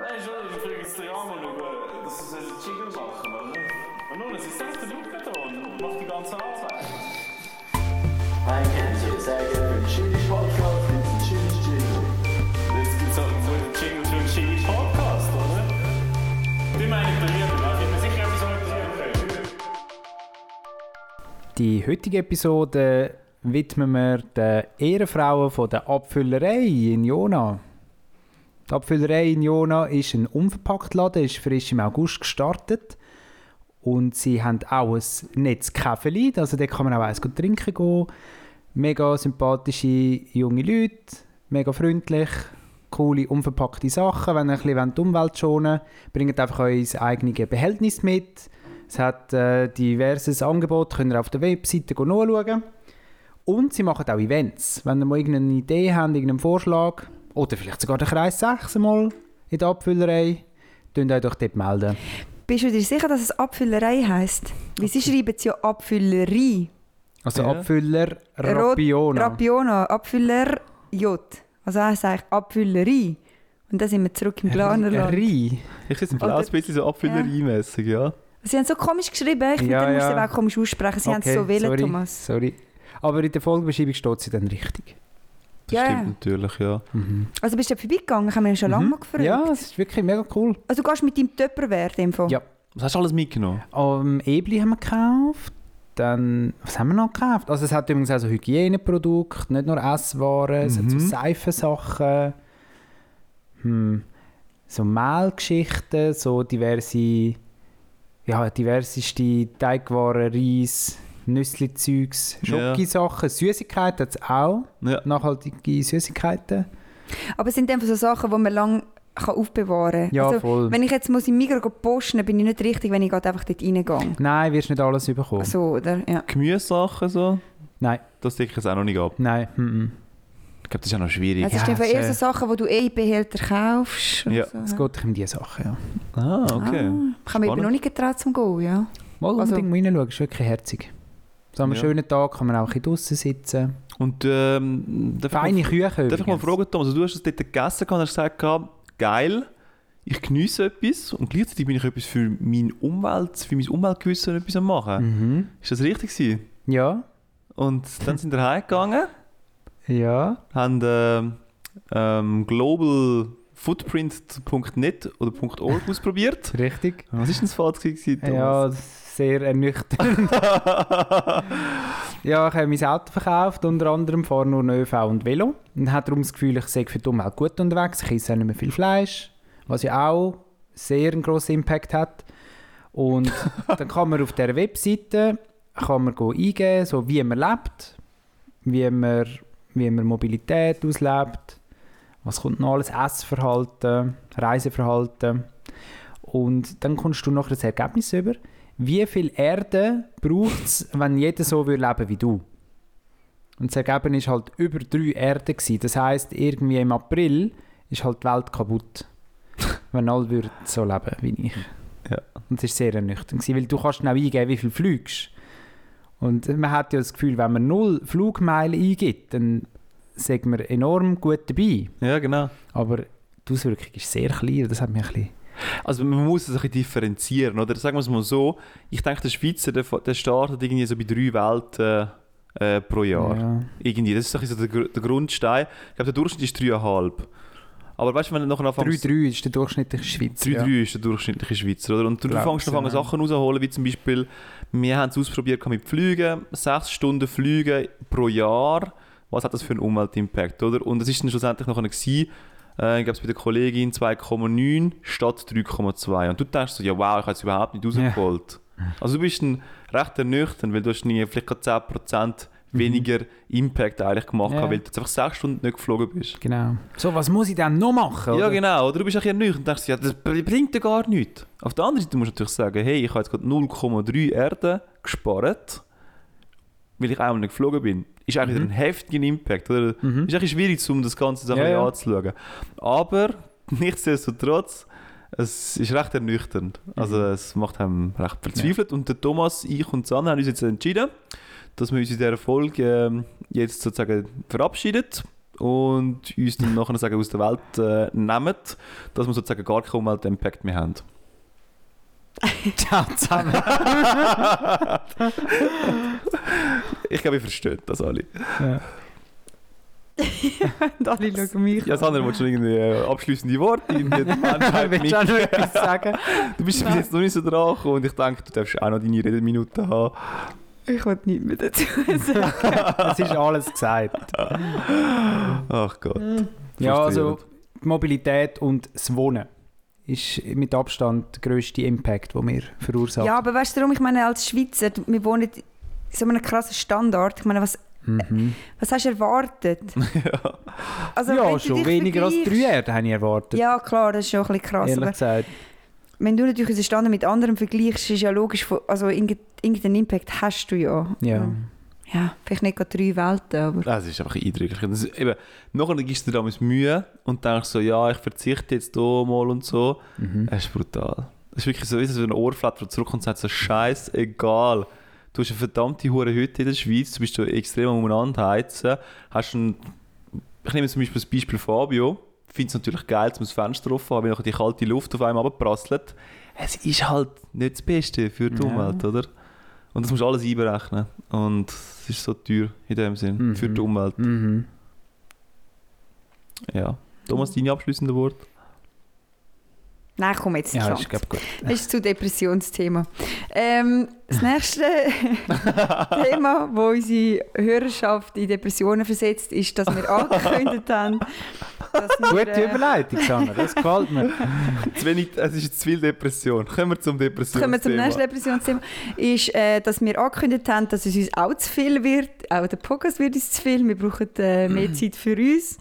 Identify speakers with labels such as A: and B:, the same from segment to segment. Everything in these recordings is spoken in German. A: Nein, schon, ich bringe jetzt den Rahmen über. Das ist ein Jingle machen, oder? Und nun, es ist selbst der Luke da und macht die ganze Arbeit.
B: Ein Kenntnis, sehr gerne. Schönes Podcast mit einem schönen Jingle.
A: Jetzt gibt es halt so einen Jingle für einen Jingle Podcast, oder? Die meine ich bei mir, da wird mir sicher etwas anderes einfallen.
C: Die heutige Episode widmen wir den Ehrenfrauen von der Abfüllerei in Jona. Die Abfüllerei in Jona ist ein Unverpacktladen, ist frisch im August gestartet. Und sie haben auch ein Netz Käfeli, also da kann man auch eins gut trinken gehen. Mega sympathische junge Leute, mega freundlich, coole unverpackte Sachen. Wenn ihr ein bisschen die Umwelt schonen wollt, bringt einfach euer eigenes Behältnis mit. Es hat äh, diverses Angebot, könnt ihr auf der Webseite go nachschauen. Und sie machen auch Events. Wenn ihr mal irgendeine Idee habt, irgendeinen Vorschlag oder vielleicht sogar den Kreis 6 mal in der Abfüllerei, könnt ihr euch doch dort melden.
D: Bist du dir sicher, dass es Abfüllerei heisst? Weil sie schreiben es ja Abfüllerei.
C: Also
E: Ja.
C: Abfüller
D: Rot-
C: Rapiona.
D: Rapiona, Abfüller J. Also heisst eigentlich Abfüllerei. Und dann sind wir zurück im Glanerland.
C: Rie.
E: Ich ist ein blaues bisschen so abfüllerei-mässig, ja.
D: Sie haben so komisch geschrieben, ich finde,
C: Ja,
D: dann musst du
C: ja.
D: es aber auch komisch aussprechen. Sie haben es so wählen,
C: sorry,
D: Thomas.
C: Sorry. Aber in der Folgenbeschreibung steht sie dann richtig.
E: Das
D: Ja, ja.
E: stimmt natürlich, ja.
D: Also bist du vorbeigegangen, ich habe mich schon lange mal gefragt.
C: Mhm. Ja, es ist wirklich mega cool.
D: Also du gehst mit deinem Töpperwehr in dem Fall?
C: Ja.
E: Was hast du alles mitgenommen?
C: Um, Ebli haben wir gekauft. Dann, was haben wir noch gekauft? Also es hat übrigens auch so Hygieneprodukte, nicht nur Esswaren, es hat so
E: Mhm.
C: Seifensachen, hm, so Mehlgeschichten, so diverse, ja, diverseste Teigwaren, Reis, Nüssli-Zeugs,
E: Ja.
C: Schokisachen, Süßigkeiten hat es auch,
E: Ja.
C: nachhaltige Süßigkeiten.
D: Aber es sind einfach so Sachen, die man lange kann aufbewahren kann.
C: Ja,
D: also,
C: voll.
D: wenn ich jetzt muss im Migros posten muss, bin ich nicht richtig, wenn ich gerade einfach dort reingehe.
C: Nein, wirst nicht alles bekommen.
D: So, oder? Ja.
E: Gemüsesachen so?
C: Nein.
E: Das decke ich jetzt auch noch nicht ab.
C: Nein, mhm.
E: Ich glaube, das ist auch noch schwierig.
D: Also es ist
C: Ja,
D: einfach eher so
C: sehr.
D: Sachen, die du eh in Behälter kaufst. oder
E: Ja.
D: so,
C: es
D: ne?
C: geht um diese Sachen, ja.
E: Ah, okay.
D: Ah, ich habe mich
E: Spannend.
D: eben noch nicht getraut zum Gehen, ja.
C: Mal
D: Also-
C: unbedingt mal reinschauen, ist wirklich herzig. So an einem
E: Ja.
C: schönen Tag kann man auch ein bisschen draussen sitzen.
E: Und ähm, darf,
C: Feine
E: ich mal,
C: Küche
E: darf ich mal
C: übrigens.
E: fragen, Thomas, du hast es dort gegessen und hast gesagt, gehabt, geil, ich geniesse etwas und gleichzeitig bin ich etwas für, mein Umwelt, für mein Umweltgewissen etwas am machen.
C: Mhm.
E: Ist das richtig gewesen?
C: Ja,
E: Und dann sind wir heimgegangen,
C: ja.
E: haben ähm, ähm, globalfootprint.net oder .org ausprobiert.
C: Richtig.
E: Was ist denn das Fazit gewesen,
C: Ja,
E: Thomas?
C: das ist sehr ernüchternd. ja, ich habe mein Auto verkauft, unter anderem fahre nur noch ÖV und Velo. Und habe darum das Gefühl, ich sei für die Umwelt gut unterwegs. Ich esse auch nicht mehr viel Fleisch, was ja auch sehr einen grossen Impact hat. Und dann kann man auf der Webseite kann man go eingeben, so wie man lebt, wie man, wie man Mobilität auslebt, was kommt noch alles, Essverhalten, Reiseverhalten. Und dann kommst du noch das Ergebnis über, wie viel Erde braucht es, wenn jeder so würde leben wie du. Und das Ergebnis war halt über drei Erden. Gewesen. Das heisst, irgendwie im April ist halt die Welt kaputt, wenn alle würden so leben wie ich.
E: Ja.
C: Und das war sehr ernüchternd, gewesen, weil du kannst dann auch eingeben, wie viel du fliegst. Und man hat ja das Gefühl, wenn man null Flugmeilen eingibt, dann sagt man enorm gut dabei.
E: ja, genau.
C: Aber die Auswirkung ist sehr klein, das hat mich ein bisschen...
E: Also man muss es ein bisschen differenzieren, oder? Sagen wir es mal so. Ich denke, der Schweizer, der, der startet irgendwie so bei drei Welten äh, pro Jahr.
C: Ja.
E: Irgendwie, das ist ein bisschen so der, Gr- der Grundstein. Ich glaube, der Durchschnitt ist 3,5. Aber weißt du, wenn du nachher anfängst...
C: 3-3 ist der durchschnittliche Schweizer.
E: 3,3 ist der durchschnittliche Schweizer, oder? Und du
C: Glaub's,
E: fängst dann an,
C: ja.
E: Sachen rausholen, wie zum Beispiel, wir haben es ausprobiert mit Flügen, 6 Stunden Flüge pro Jahr. Was hat das für einen Umweltimpact, oder? Und es ist dann schlussendlich noch einer gewesen, äh, ich glaube, es bei der Kollegin 2,9 statt 3,2. Und du denkst so, ja wow, ich habe es überhaupt nicht rausgeholt. Also du bist dann recht ernüchternd, weil du hast nie, vielleicht gerade 10% weniger Impact eigentlich gemacht,
C: Mhm. Ja.
E: hast, weil du jetzt einfach 6 Stunden nicht geflogen bist.
C: Genau. So, was muss ich dann noch machen?
E: Ja,
C: oder?
E: genau. Oder du bist ein bisschen ernüchternd und denkst, ja, das br- bringt dir gar nichts. Auf der anderen Seite musst du natürlich sagen, hey, ich habe jetzt gerade 0,3 Erden gespart, weil ich einmal nicht geflogen bin. Ist eigentlich wieder ein heftiger Impact. Oder?
C: Mhm.
E: Ist eigentlich schwierig, um das Ganze so ein
C: Ja,
E: bisschen
C: ja.
E: anzuschauen. Aber nichtsdestotrotz, es ist recht ernüchternd. Also
C: Mhm.
E: es macht einem recht verzweifelt. Und der Thomas, ich und Sanne haben uns jetzt entschieden, dass wir uns in dieser Folge ähm, jetzt sozusagen verabschiedet und uns dann nachher sagen, aus der Welt äh, nehmen, dass wir sozusagen gar keinen Umweltimpact mehr haben.
C: Ciao zusammen.
E: Ich glaube, ihr versteht das alle.
D: Und alle schauen mich.
E: Ja, Sander, willst du noch irgendwie äh, abschließende Worte? Irgendwie die Menschheit
C: Willst du auch
E: mit-
C: noch etwas sagen?
E: Du bist bis jetzt noch nicht so dran gekommen und ich denke, du darfst auch noch deine Redeminute haben.
D: Ich wollte nichts mehr dazu sagen.
C: Es ist alles gesagt.
E: Ach Gott.
C: Ja, also
E: Frustrierend.
C: die Mobilität und das Wohnen ist mit Abstand der grösste Impact, den wir verursachen.
D: Ja, aber weißt du, darum, ich meine, als Schweizer, du- wir wohnen in so einem krassen Standort. Ich meine, was,
C: Mhm.
D: was hast du erwartet?
E: Ja.
D: Also, wenn
C: ja
D: du
C: schon
D: dich
C: weniger als drei
D: vergleichst-
C: Erden habe ich erwartet.
D: Ja, also, klar, das ist schon ein bisschen krass.
C: ehrlich
D: Aber
C: gesagt.
D: wenn du natürlich unseren Standard mit anderen vergleichst, ist ja logisch, von- also irgend- irgendeinen Impact hast du ja.
C: Ja.
D: Ja, vielleicht nicht gerade drei Welten, aber...
E: Das ist einfach eindrücklich. Das ist, eben, nachher gibst du dir damals Mühe und denkst so, ja, ich verzichte jetzt hier mal und so.
C: Mhm.
E: Das ist brutal. Das ist wirklich so, wie wenn ein Ohrflatter zurückkommt und sagt so, scheißegal. Du hast eine verdammte Hure heute in der Schweiz, du bist so extrem am umeinander heizen. Hast einen, ich nehme zum Beispiel das Beispiel Fabio. Ich finde es natürlich geil, zum das Fenster offen haben, wenn nachher die kalte Luft auf einem abprasselt. Es ist halt nicht das Beste für die
C: Ja.
E: Umwelt, oder? Und das musst du alles einberechnen. Und es ist so teuer in dem Sinn,
C: Mhm.
E: für die Umwelt.
C: Mhm.
E: Ja. Thomas, deine abschließenden Worte?
D: Nein, komm jetzt
C: Ja,
D: schon.
C: das ist glaub, gut.
D: Das ist zu Depressionsthema. Ähm, das nächste Thema, wo unsere Hörerschaft in Depressionen versetzt, ist, dass wir angekündigt haben, dass wir...
C: Gute
D: äh,
C: Überleitung, Sandra, das gefällt mir.
E: Zu wenig, es ist zu viel Depression. Kommen wir zum Depressionsthema.
D: Kommen wir zum nächsten Depressionsthema. Ist, äh, dass wir angekündigt haben, dass es uns auch zu viel wird. Auch der Podcast wird uns zu viel. Wir brauchen äh, mehr Zeit für uns.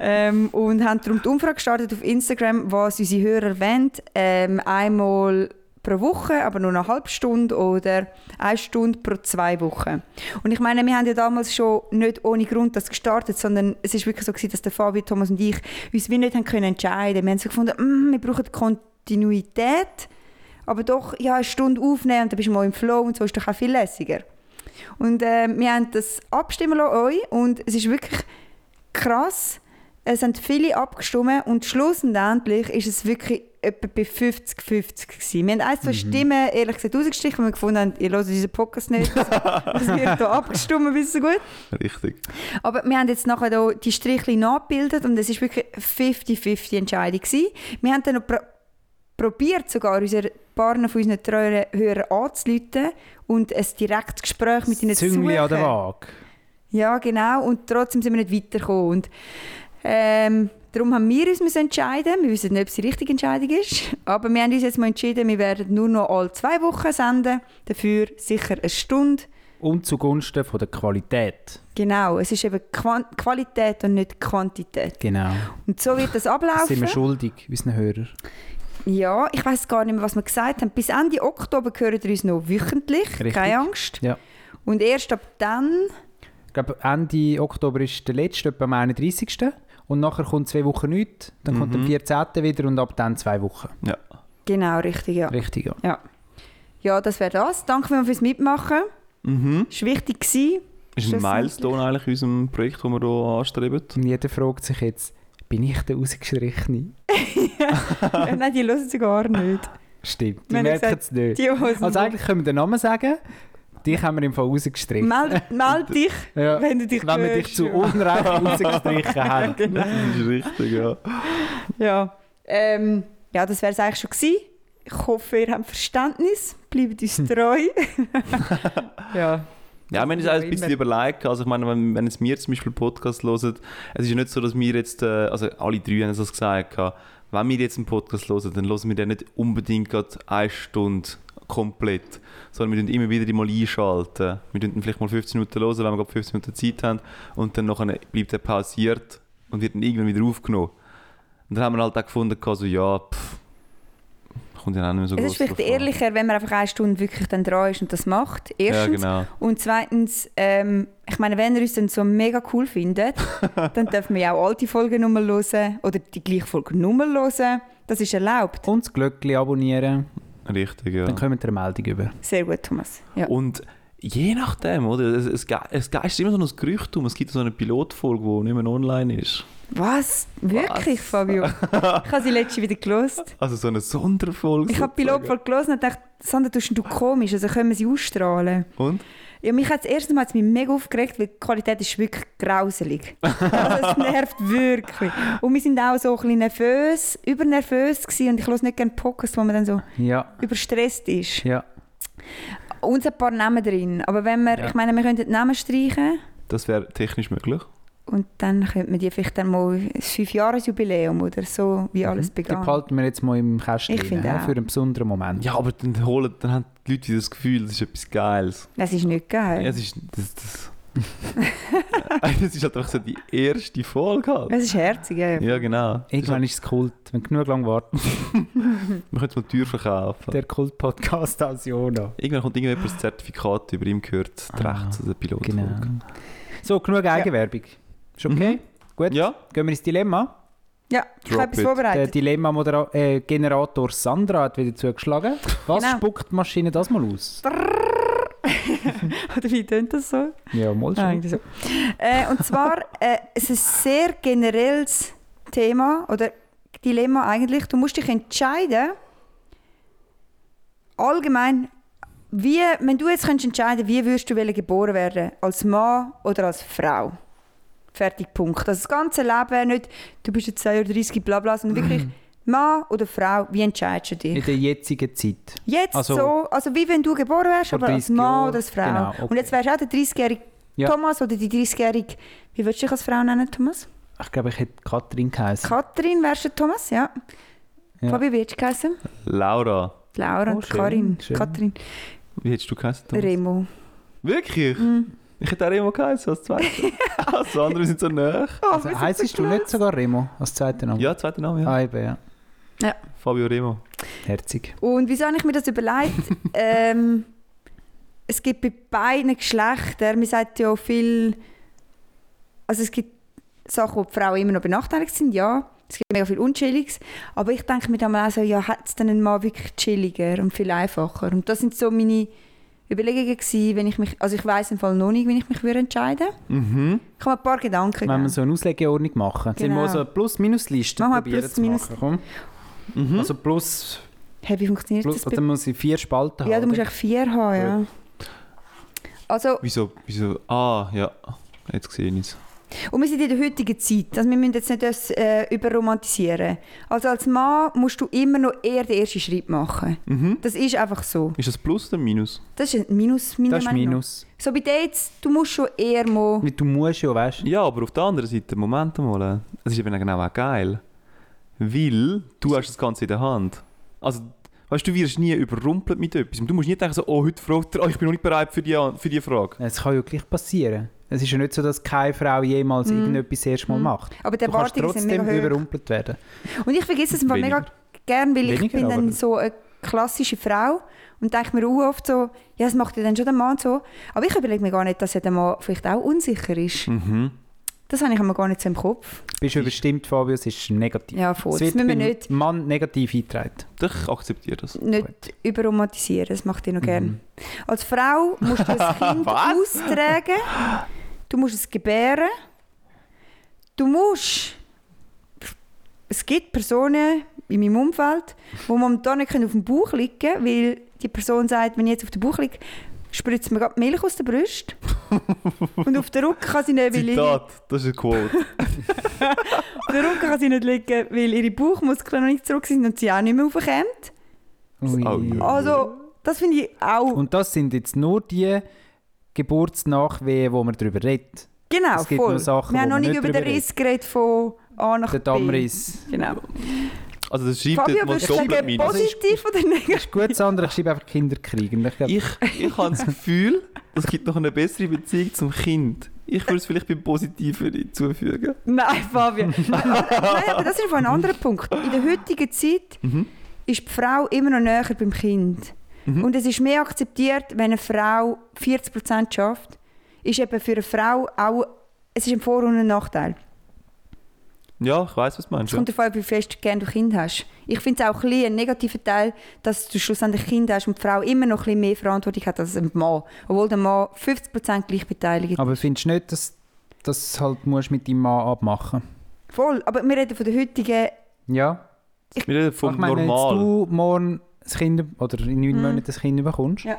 D: ähm, und haben darum die Umfrage gestartet auf Instagram, was unsere Hörer wollen. Ähm, einmal pro Woche, aber nur eine halbe Stunde oder eine Stunde pro zwei Wochen. Und ich meine, wir haben ja damals schon nicht ohne Grund das gestartet, sondern es ist wirklich so gewesen, dass der Fabi, Thomas und ich uns wie nicht haben können entscheiden. Wir haben so gefunden, «Mm, wir brauchen Kontinuität, aber doch ja eine Stunde aufnehmen und dann bist du mal im Flow und so ist doch auch viel lässiger. Und äh, wir haben das abstimmen lassen euch und es ist wirklich krass. Es haben viele abgestimmt und schlussendlich ist es wirklich etwa bei 50-50 gewesen. Wir haben ein, zwei Stimmen ehrlich gesagt rausgestrichen, weil wir gefunden haben, ihr hört diesen Podcast nicht, das, das wird hier abgestimmt, wisst ihr gut.
E: Richtig.
D: Aber wir haben jetzt nachher da die Striche nachgebildet und es war wirklich 50-50 Entscheidung. Gewesen. Wir haben dann noch pro probiert, sogar unsere paar von unseren treuen Hörern anzuleiten und ein direktes Gespräch mit ihnen zu
C: Züngli an der
D: suchen.
C: Waage.
D: Ja, genau. Und trotzdem sind wir nicht weitergekommen. Und, ähm, darum haben wir uns müssen entscheiden. Wir wissen nicht, ob es die richtige Entscheidung ist. Aber wir haben uns jetzt mal entschieden, wir werden nur noch alle zwei Wochen senden. Dafür sicher eine Stunde.
C: Und Um zugunsten von der Qualität.
D: Genau, es ist eben Quan Qualität und nicht Quantität.
C: Genau.
D: Und so wird
C: Das
D: das
C: sind wir
D: ablaufen.
C: schuldig, unseren Hörer.
D: Ja, ich weiß gar nicht mehr, was wir gesagt haben. Bis Ende Oktober hören wir uns noch wöchentlich.
C: Richtig.
D: Keine Angst.
C: Ja.
D: Und erst ab dann,
C: Ich glaube, Ende Oktober ist der letzte, etwa am 31. Und nachher kommt zwei Wochen nichts, dann kommt am 14. wieder und ab dann zwei Wochen.
E: Ja.
D: genau, richtig, ja.
C: Richtig, ja.
D: Ja, das wäre das. Danke vielmals fürs Mitmachen.
E: Mhm.
D: Es war wichtig. Gewesen.
E: Ist ein
D: Schlussendlich.
E: Milestone eigentlich in unserem Projekt, das wir hier anstreben.
C: Und jeder fragt sich jetzt, bin ich der Ausgestrichene?
D: Ja, Nein, die hören sie gar nicht.
C: Stimmt, die
D: Wir haben
C: merken
D: gesagt,
C: es nicht.
D: Die hören
C: Also eigentlich können wir den Namen sagen, dich haben wir im Fall rausgestrichen.
D: Meld, meld dich,
C: Ja,
D: wenn du dich
C: wenn wir
D: hörst,
C: dich zu
D: ja.
C: Unrecht rausgestrichen haben.
E: Das ist richtig, ja.
D: Ja, ähm, ja das wäre es eigentlich schon gewesen. Ich hoffe, ihr habt Verständnis, bleibt uns
C: Hm.
D: treu. ja.
E: Ja, wir haben uns auch ein bisschen überlegt. Also ich meine, wenn, wenn jetzt wir zum Beispiel Podcast hören, es ist ja nicht so, dass wir jetzt, äh, also alle drei haben es das gesagt, gehabt, wenn wir jetzt einen Podcast hören, dann hören wir den nicht unbedingt gerade eine Stunde komplett, sondern wir tun immer wieder mal einschalten. Wir tun ihn vielleicht mal 15 Minuten hören, wenn wir gerade 15 Minuten Zeit haben und dann nachher bleibt er pausiert und wird dann irgendwann wieder aufgenommen. Und dann haben wir halt auch gefunden, gehabt, so ja, pff, kommt ja auch nicht mehr so
D: Es
E: gross
D: ist vielleicht
E: drauf an.
D: ehrlicher, wenn man einfach eine Stunde wirklich dann dran ist und das macht.
E: Ja,
D: Erstens.
E: genau.
D: Und zweitens, ähm, ich meine, wenn ihr uns dann so mega cool findet, dann dürfen wir ja auch alte Folgen nochmal hören oder die gleiche Folge nochmal hören. Das ist erlaubt.
C: Und das Glöckchen abonnieren,
E: genau. Richtig, ja.
C: dann kommen wir eine Meldung über.
E: Oh.
D: Sehr gut, Thomas. Ja.
E: Und Je nachdem, oder? Es, es, ge- es geistert immer so ein Gerücht um. Es gibt so eine Pilotfolge, die nicht mehr online ist.
D: Was? Wirklich,
E: Was?
D: Fabio? Ich habe sie letzte wieder gelost.
E: Also so eine Sonderfolge.
D: Ich habe die
E: sozusagen.
D: Pilotfolge gelesen und dachte, Sandra, du bist du komisch, also können wir sie ausstrahlen.
E: Und?
D: Ja, mich hat das erste Mal hat's mich mega aufgeregt, weil die Qualität ist wirklich grauselig. Also es nervt wirklich. Und wir sind auch so ein bisschen nervös, übernervös gewesen und ich höre nicht gerne Podcasts, wo man dann so
C: Ja,
D: überstresst ist.
C: ja.
D: Und es hat ein paar Namen drin, aber wenn wir,
C: Ja.
D: ich meine, wir könnten die Namen streichen
E: Das wäre technisch möglich.
D: und dann könnte man die vielleicht dann mal das Fünfjahresjubiläum oder so, wie alles
C: Die
D: begann.
C: Mhm. behalten wir jetzt mal im Kästchen.
D: Ich finde
C: ja,
D: auch.
C: Für einen besonderen Moment.
E: Ja, aber dann, holen, dann haben die Leute wieder das Gefühl, das ist etwas Geiles.
D: Das ist nicht
E: Ja,
D: geil.
E: es ist, das, das, das ist halt einfach so die erste Folge halt.
D: Es ist herzig, ja.
E: Ja, genau. Das ist
C: Irgendwann
E: halt,
C: ist es Kult. Wenn du genug lang warten,
E: man könnte mal die Tür verkaufen.
C: der Kult-Podcast als Jona.
E: Irgendwann kommt irgendjemand das Zertifikat über ihm gehört,
C: Ah,
E: ah, recht zu der Pilotfolge.
C: Genau. So, genug Eigenwerbung. Ist okay?
E: Mhm.
C: Gut.
E: Ja,
C: Gehen wir ins Dilemma.
D: Ja, ich
E: Drop
D: habe etwas
E: it.
C: Der
D: vorbereitet.
C: Dilemma-Generator Sandra hat wieder zugeschlagen. Was
D: Genau.
C: spuckt die Maschine das mal aus?
D: Oder wie tönt das so?
C: Ja, mal
D: Ah,
C: schon.
D: irgendwie so. Äh, und zwar, äh, es ist ein sehr generelles Thema oder Dilemma eigentlich. Du musst dich entscheiden, allgemein, wie, wenn du jetzt könntest entscheiden wie würdest du wollen geboren werden, als Mann oder als Frau. Fertig, Punkt. Also das ganze Leben, nicht du bist jetzt 10 oder 30, bla bla, sondern wirklich Mann oder Frau, wie entscheidest du dich?
C: In der jetzigen Zeit.
D: Jetzt
C: Also-
D: so, also wie wenn du geboren wärst,
C: Vor
D: aber als
C: 30
D: Mann
C: Jahren.
D: oder als Frau.
C: Genau, okay.
D: Und jetzt wärst du auch der 30-jährige
C: Ja.
D: Thomas oder die 30-jährige, wie würdest du dich als Frau nennen, Thomas?
C: Ich glaube, ich hätte Katrin geheißen.
D: Katrin wärst du, Thomas, ja.
C: Ja.
D: Fabi, wie hättest du geheißen?
E: Laura,
D: Laura
C: Oh,
D: und
C: schön,
D: Karin.
C: schön.
D: Katrin.
E: wie hättest du geheißen? Thomas?
D: Remo.
E: Wirklich? Ich hätte auch Remo geheißen als zweiter. also, andere sind so nah.
C: Also, heisst du nicht sogar Remo als zweiter Name?
E: Ja, zweiter Name, ja.
C: Ah, eben, ja.
E: Fabio Remo.
C: Herzig.
D: Und wieso habe ich mir das überlegt? ähm, es gibt bei beiden Geschlechtern, man sagt ja viel, also es gibt Sachen, wo die Frauen immer noch benachteiligt sind, ja. Es gibt mega viel Unchilliges. Aber ich denke mir dann mal auch so, ja, hat es denn einen Mann wirklich chilliger und viel einfacher? Und das sind so meine Überlegungen gewesen, wenn ich mich, also ich weiß im Fall noch nicht, wenn ich mich würde entscheiden würde.
E: Mhm.
D: Ich habe ein paar Gedanken
C: Wenn wir
D: gegeben.
C: so eine Auslegeordnung machen, sind wir
D: Genau.
C: so eine Plus-Minus-Liste
D: Machen wir
C: probieren
D: Plus-
C: zu
D: Minus-
C: machen. Komm.
E: Mhm.
C: Also plus,
D: Hey, wie funktioniert
C: plus
D: das?
C: oder
D: bei-
C: muss ich vier Spalten
D: Ja,
C: haben.
D: du musst
C: oder?
D: eigentlich vier haben, ja. Also,
E: wieso, wieso? Ah, ja. Jetzt sehe ich es.
D: Und wir sind in der heutigen Zeit. Also wir müssen jetzt nicht das äh, überromantisieren. Also als Mann musst du immer noch eher den ersten Schritt machen.
E: Mhm.
D: Das ist einfach so.
E: Ist das Plus oder Minus?
D: Das ist ein Minus, meiner
C: das ist
D: Meinung nach.
C: Minus.
D: So bei Dates, du musst schon eher mal...
C: Weil Du musst ja, weißt du?
E: Ja, aber auf der anderen Seite, Moment mal, es ist eben genau auch geil. Weil du hast das Ganze in der Hand. Also, weißt du, du wirst nie überrumpelt mit etwas. Du musst nie denken, so, oh, heute fragt er, oh, ich bin noch nicht bereit für die, für die Frage.
C: Es kann ja gleich passieren. Es ist ja nicht so, dass keine Frau jemals irgendetwas erstmal macht.
D: Aber Mhm. die
C: Du kannst
D: Erwartungen sind mega
C: trotzdem
D: hoch.
C: überrumpelt werden.
D: Und ich vergesse es im Fall mega
E: Weniger.
D: gern, weil ich
C: Weniger,
D: bin dann
C: aber-
D: so eine klassische Frau und denke mir auch oft so, ja, das macht ja dann schon der Mann so. Aber ich überlege mir gar nicht, dass ja der Mann vielleicht auch unsicher ist.
C: Hm.
E: Mhm.
D: Das habe ich immer gar nicht so im Kopf.
C: Bist du überstimmt, Fabio, es ist negativ.
D: Ja, voll.
C: es
D: Das
C: wird
D: müssen wir
C: beim
D: nicht...
C: Mann negativ eingetragen.
E: Ich akzeptiere das.
D: nicht überromantisieren, das macht ich
C: Mhm.
D: noch gerne. Als Frau musst du ein Kind austragen, du musst es gebären, du musst... Es gibt Personen in meinem Umfeld, die momentan nicht auf dem Bauch liegen können, weil die Person sagt, wenn ich jetzt auf dem Bauch liege, spritzt mir gerade die Milch aus der Brust und auf der Rücken kann sie nicht, weil ihre,
E: Zitat, das ist ein Quote.
D: auf der Rücken kann sie nicht liegen, weil ihre Bauchmuskeln noch nicht zurück sind und sie auch nicht mehr raufkommt.
C: Ui.
E: Oh, ja.
D: Also, das finde ich auch...
C: Und das sind jetzt nur die Geburtsnachwehen, wo man darüber redet.
D: Genau,
C: Es gibt
D: voll.
C: noch Sachen,
D: wir haben
C: wo
D: noch
C: man
D: nicht
C: nicht
D: über den
C: drüber
D: Riss geredet von A nach
C: Der
D: B.
C: Dammriss.
D: Genau.
E: Also, das schreibt
D: Fabio,
E: jetzt mal
D: würdest du
E: doppelt
D: sagen,
E: Minus.
D: positiv oder negativ?
C: Ist gut, Sandra, ich schreibe einfach Kinder kriegen. Ich glaube,
E: Ich, ich habe das Gefühl, es gibt noch eine bessere Beziehung zum Kind. Ich würde es vielleicht beim Positiven hinzufügen.
D: Nein, Fabio. Nein, aber das ist ein anderer Punkt. In der heutigen Zeit
E: Mhm.
D: ist die Frau immer noch näher beim Kind.
E: Mhm.
D: Und es ist mehr akzeptiert, wenn eine Frau 40% schafft, ist eben für eine Frau auch, es ist ein Vor- und ein Nachteil.
E: Ja, ich weiß, was du
D: Es
E: meinst. Ja.
D: kommt darauf an, wie fest du gerne du Kinder hast. Ich finde es auch ein, bisschen ein negativer Teil, dass du schlussendlich Kinder hast und die Frau immer noch ein bisschen mehr Verantwortung hat als ein Mann. Obwohl der Mann 50% gleichbeteiligt ist.
C: Aber findest du nicht, dass das halt musst mit deinem Mann abmachen?
D: Voll, aber wir reden von der heutigen...
C: Ja.
E: Wir reden vom
C: ich meine,
E: Normal.
C: wenn du morgen ein Kind oder in neun Monaten ein Kind bekommst,
D: Ja.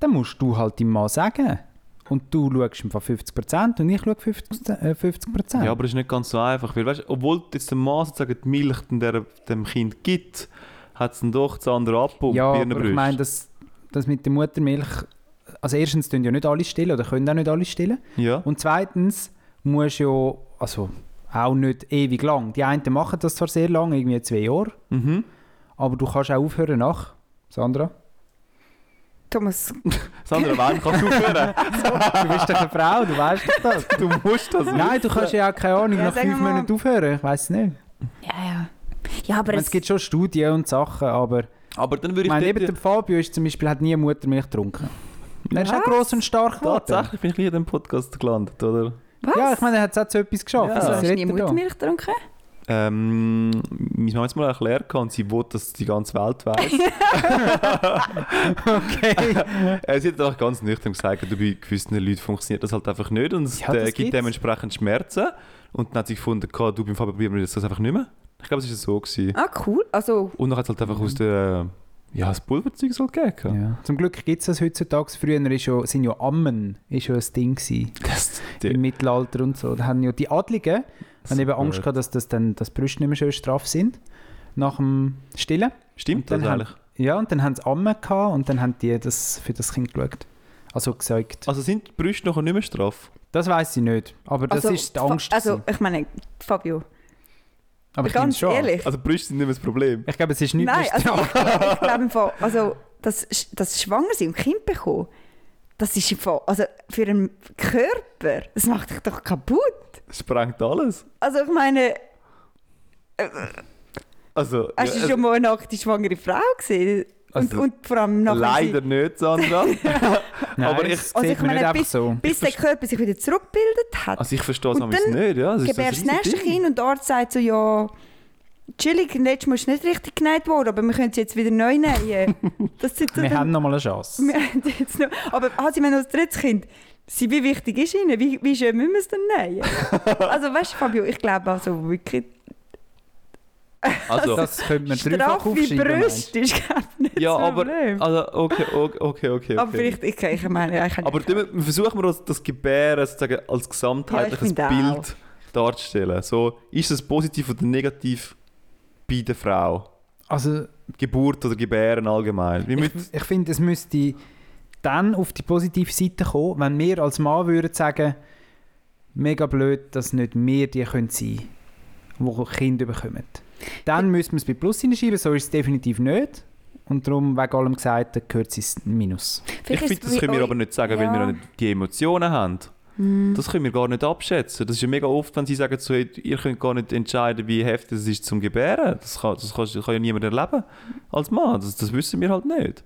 C: dann musst du halt deinem Mann sagen. Und du schaust ihm von 50% und ich schaue 50%. Äh, 50%.
E: Ja, aber das ist nicht ganz so einfach. Weil, weißt, obwohl jetzt der Mann sozusagen die Milch dann der, dem Kind gibt, hat es dann doch das andere abgepumpt
C: ja,
E: bei ihren
C: aber ich
E: Brüsten.
C: meine, das, das mit der Muttermilch. Also, erstens tun ja nicht alle stillen oder können auch nicht alle stillen.
E: ja.
C: Und zweitens musst du ja also, auch nicht ewig lang. Die einen machen das zwar sehr lang, irgendwie zwei Jahre,
E: Mhm.
C: aber du kannst auch aufhören nach. Sandra?
D: Thomas,
E: Sandra, wann kannst du aufhören?
C: Du bist doch eine Frau, du weißt doch das.
E: Du musst das.
C: Nein, du kannst ja auch keine Ahnung,
D: Ja,
C: nach
D: sagen
C: fünf
D: wir mal-
C: Monaten aufhören. Ich weiß nicht.
D: ja, ja. Ja, aber
C: Ich meine,
D: es,
C: es gibt schon Studien und Sachen, aber
E: Aber dann
C: ich
E: würde
C: meine,
E: ich...
C: eben der
E: dort-
C: Fabio ist zum Beispiel, hat nie Muttermilch getrunken. Er ist auch gross und stark geworden.
E: Tatsächlich bin ich hier in dem Podcast gelandet, oder?
D: was?
C: Ja, ich meine, er hat es auch zu etwas geschafft.
E: Ja.
C: Also,
D: Also,
C: was
D: hast du nie
C: redet er da?
D: Muttermilch getrunken?
E: Ähm, meine Mama hat es mal erklärt und sie wollte, dass die ganze Welt weiß. okay. Äh, sie hat einfach ganz nüchtern gesagt, du, bei gewissen Leuten funktioniert das halt einfach nicht und es
C: Ja,
E: äh,
C: das
E: gibt
C: gibt's.
E: dementsprechend Schmerzen. Und dann hat sie gefunden, okay, du, beim Fabian probieren wir das einfach nicht mehr. Ich glaube, es war so. Gewesen.
D: Ah, cool. Also,
E: Und dann hat es halt einfach aus der... Ja, das Pulverzeug halt gegeben.
C: Ja. Zum Glück gibt es das heutzutage. Früher ist ja, sind ja Ammen ist ja ein Ding gewesen,
E: Das,
C: im Mittelalter und so. Da haben ja die Adligen haben eben Angst gehabt, dass, das dann, dass die Brüste nicht mehr schön straff sind nach dem Stillen.
E: Stimmt
C: Und dann
E: das
C: haben-
E: eigentlich?
C: Ja, und dann haben sie Ammen gehabt und dann haben die das für das Kind geschaut. Also gesagt.
E: Also sind die Brüste nachher nicht mehr straff?
C: Das weiß ich nicht, aber das
D: also,
C: ist die Angst.
D: Fa- Also,
C: gewesen.
D: ich meine, Fabio,
C: aber ich nehme es
D: ganz
C: schon an.
D: ehrlich.
E: Also die Brüste sind nicht mehr das Problem.
C: Ich glaube, es ist nicht
D: Nein,
C: mehr
D: also
C: stark.
D: ich, glaub- ich glaube im Fall, also das, Sch- das schwanger sein und Kind bekommen, das ist im Fall, also für einen Körper, das macht dich doch kaputt.
E: Es sprengt alles.
D: Also ich meine,
E: Also,
D: hast
E: ja,
D: du
E: es-
D: schon mal eine nackte schwangere Frau gesehen? Und,
E: Also,
D: und vor allem nachher
E: Leider
D: sie-
E: nicht, Sandra.
C: Nein,
E: aber ich-
C: das
D: Also
C: sieht
D: ich
C: man
D: meine,
C: nicht einfach
D: bis,
C: so.
D: bis der Körper sich wieder zurückgebildet hat,
E: Also ich verstehe es
D: Und
E: manchmal
D: dann
E: nicht, ja. Es ist so ein
D: gebärst das nächste
E: Riesending.
D: Kind und der Arzt sagt so, ja, chillig, letztes Mal ist nicht richtig genäht worden, aber wir können es jetzt wieder neu nähen. das sind so
C: Wir
D: dann-
C: haben noch mal eine Chance.
D: Wir haben jetzt noch, aber ah, sie haben noch das drittes Kind. Sie, wie wichtig ist ihnen? Wie, wie schön müssen wir es denn nähen? also weißt du, Fabio, ich glaube also wirklich,
E: Also,
C: Das könnte man dreifach
D: straff wie
C: aufschreiben. meinst
D: Brüste ist glaube ich nicht
E: ja,
D: das
E: aber...
D: Problem.
E: Also, okay, okay, okay, okay.
D: Aber vielleicht, ich, ich meine, ich kann
E: Aber tun wir- versuchen wir das, das Gebären sozusagen als gesamtheitliches
D: finde auch.
E: Bild darzustellen. So, ist es positiv oder negativ bei der Frau?
C: du? Also,
E: Geburt oder Gebären allgemein? Wir
C: ich,
E: müssen,
C: ich finde, es müsste dann auf die positive Seite kommen, wenn wir als Mann würden sagen, mega blöd, dass nicht wir die können sein können, die Kinder bekommen. Dann müssen wir es bei Plus hineinschreiben, so ist es definitiv nicht. Und darum, wegen allem gesagt, gehört es ins Minus.
E: ich finde, das können wir aber nicht sagen, weil wir
D: Ja. Hm.
E: auch nicht die Emotionen haben.
D: nicht...
E: Das können wir gar nicht abschätzen. Das ist ja mega oft, wenn sie sagen, so, hey, ihr könnt gar nicht entscheiden, wie heftig es ist zum Gebären. Das kann, das kann, kann ja niemand erleben als Mann. Das, das wissen wir halt nicht.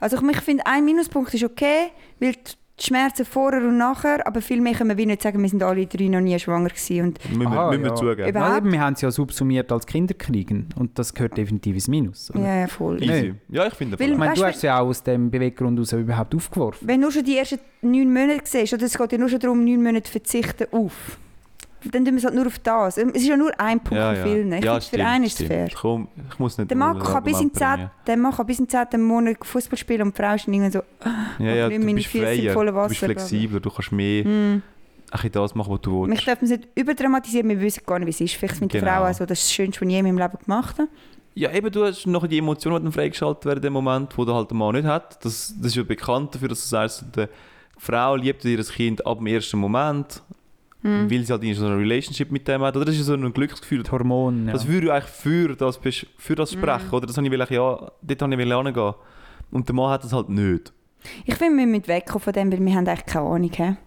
D: Also ich, ich finde, ein Minuspunkt ist okay, weil die Schmerzen vorher und nachher, aber viel mehr können wir wie nicht sagen, wir sind alle drei noch nie schwanger gewesen und
E: Müssen,
C: Aha,
E: wir, müssen
C: ja.
E: wir zugeben.
D: Über-
C: Weil
D: Überhaupt?
C: eben, wir haben es ja subsumiert als Kinderkriegen und das gehört definitiv ins Minus. oder?
D: ja, ja, voll.
C: Nein.
E: Easy. Ja, ich finde
D: Weil-
C: Ich meine,
D: Weißt
C: du
D: du,
C: hast es ja auch aus dem Beweggrund heraus überhaupt aufgeworfen.
D: Wenn du schon die ersten neun Monate siehst, oder es geht ja nur schon darum, neun Monate verzichten auf. Dann tun wir es halt nur auf das. Es ist ja nur ein Punkt
E: ja,
D: von
E: ja.
D: vielen. ne? Ich
E: ja,
D: finde, für einen ist es
E: stimmt.
D: fair.
E: Komm, ich muss nicht
D: Der Mann,
E: alles
D: kann bis in
E: Argument
D: 10,
E: bringen.
D: der Mann kann bis in 10. Monat Fußball spielen und die Frau ist dann irgendwie so,
E: Ja, ja,
D: Oder
E: du
D: meine
E: bist
D: Füße sind
E: freier,
D: voller
E: du bist
D: Wasser, aber-
E: flexibler, du kannst mehr
D: hm,
E: ein bisschen das machen, was du willst.
D: mich darf man es nicht überdramatisieren, wir wissen gar nicht, wie es ist. Vielleicht mit der
E: Genau.
D: Frau also, das ist das Schönste, was ich je in meinem Leben gemacht habe.
E: Ja, eben, du hast noch die Emotionen, die dann freigeschaltet werden, in dem Moment, wo du halt den Mann nicht hat. Das, das ist ja bekannt dafür, dass du sagst, die Frau liebt ihr Kind ab dem ersten Moment,
D: Hm.
E: weil sie halt so eine Relationship mit dem hat. Oder das ist ja so ein Glücksgefühl.
C: Die Hormone. Ja.
E: Das würde ja eigentlich für das, besch- für
D: Hm.
E: das sprechen, oder? Das habe ich will, ja, dort habe ich will angehen. Und der Mann hat das halt nicht.
D: Ich finde, wir müssen wegkommen von dem, weil wir haben eigentlich keine Ahnung haben.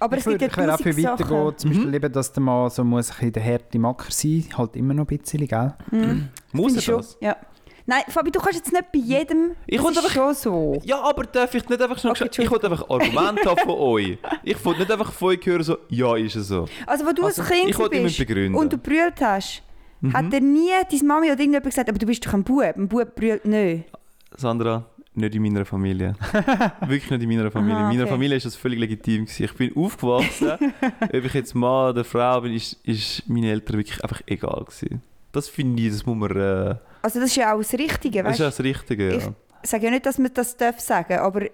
D: Aber es
C: ich
D: gibt
C: würde
D: ja
C: ich würde auch
D: tausend
C: viel weitergehen,
D: Sachen.
C: zum Beispiel
E: Mhm.
C: eben, dass der Mann so muss ein bisschen der harte Macker sein, halt immer noch ein bisschen, gell?
D: Hm.
E: Muss
D: Finde ich
E: er das?
D: schon, Ja. Nein, Fabi, du kannst jetzt nicht bei jedem.
E: Ich
D: das
E: wollte
D: ist schon so.
E: Ja, aber darf ich nicht einfach schnell
D: Okay,
E: Ich wollte einfach Argumente haben von euch. Ich wollte nicht einfach von euch hören, so, ja, ist es so.
D: Also, wo du
E: Also,
D: ein Kind
E: ich wollte
D: bist
E: immer begründen. Mhm.
D: und du brüllt hast, hat dir nie deine Mami oder irgendjemand gesagt, aber du bist doch ein Bub, ein Bub brüllt nicht.
E: Sandra, nicht in meiner Familie. Wirklich nicht in meiner Familie.
D: Aha,
E: In meiner
D: okay.
E: Familie ist das völlig legitim. Gewesen. Ich bin aufgewachsen. ob ich jetzt Mann oder Frau bin, ist, ist meinen Eltern wirklich einfach egal gewesen. Das finde ich, das muss man... Äh,
D: Also, das ist ja auch das Richtige,
E: das ist
D: weißt
E: ja
D: du?
E: das Richtige, ja.
D: Ich sage ja nicht, dass man das darf sagen, aber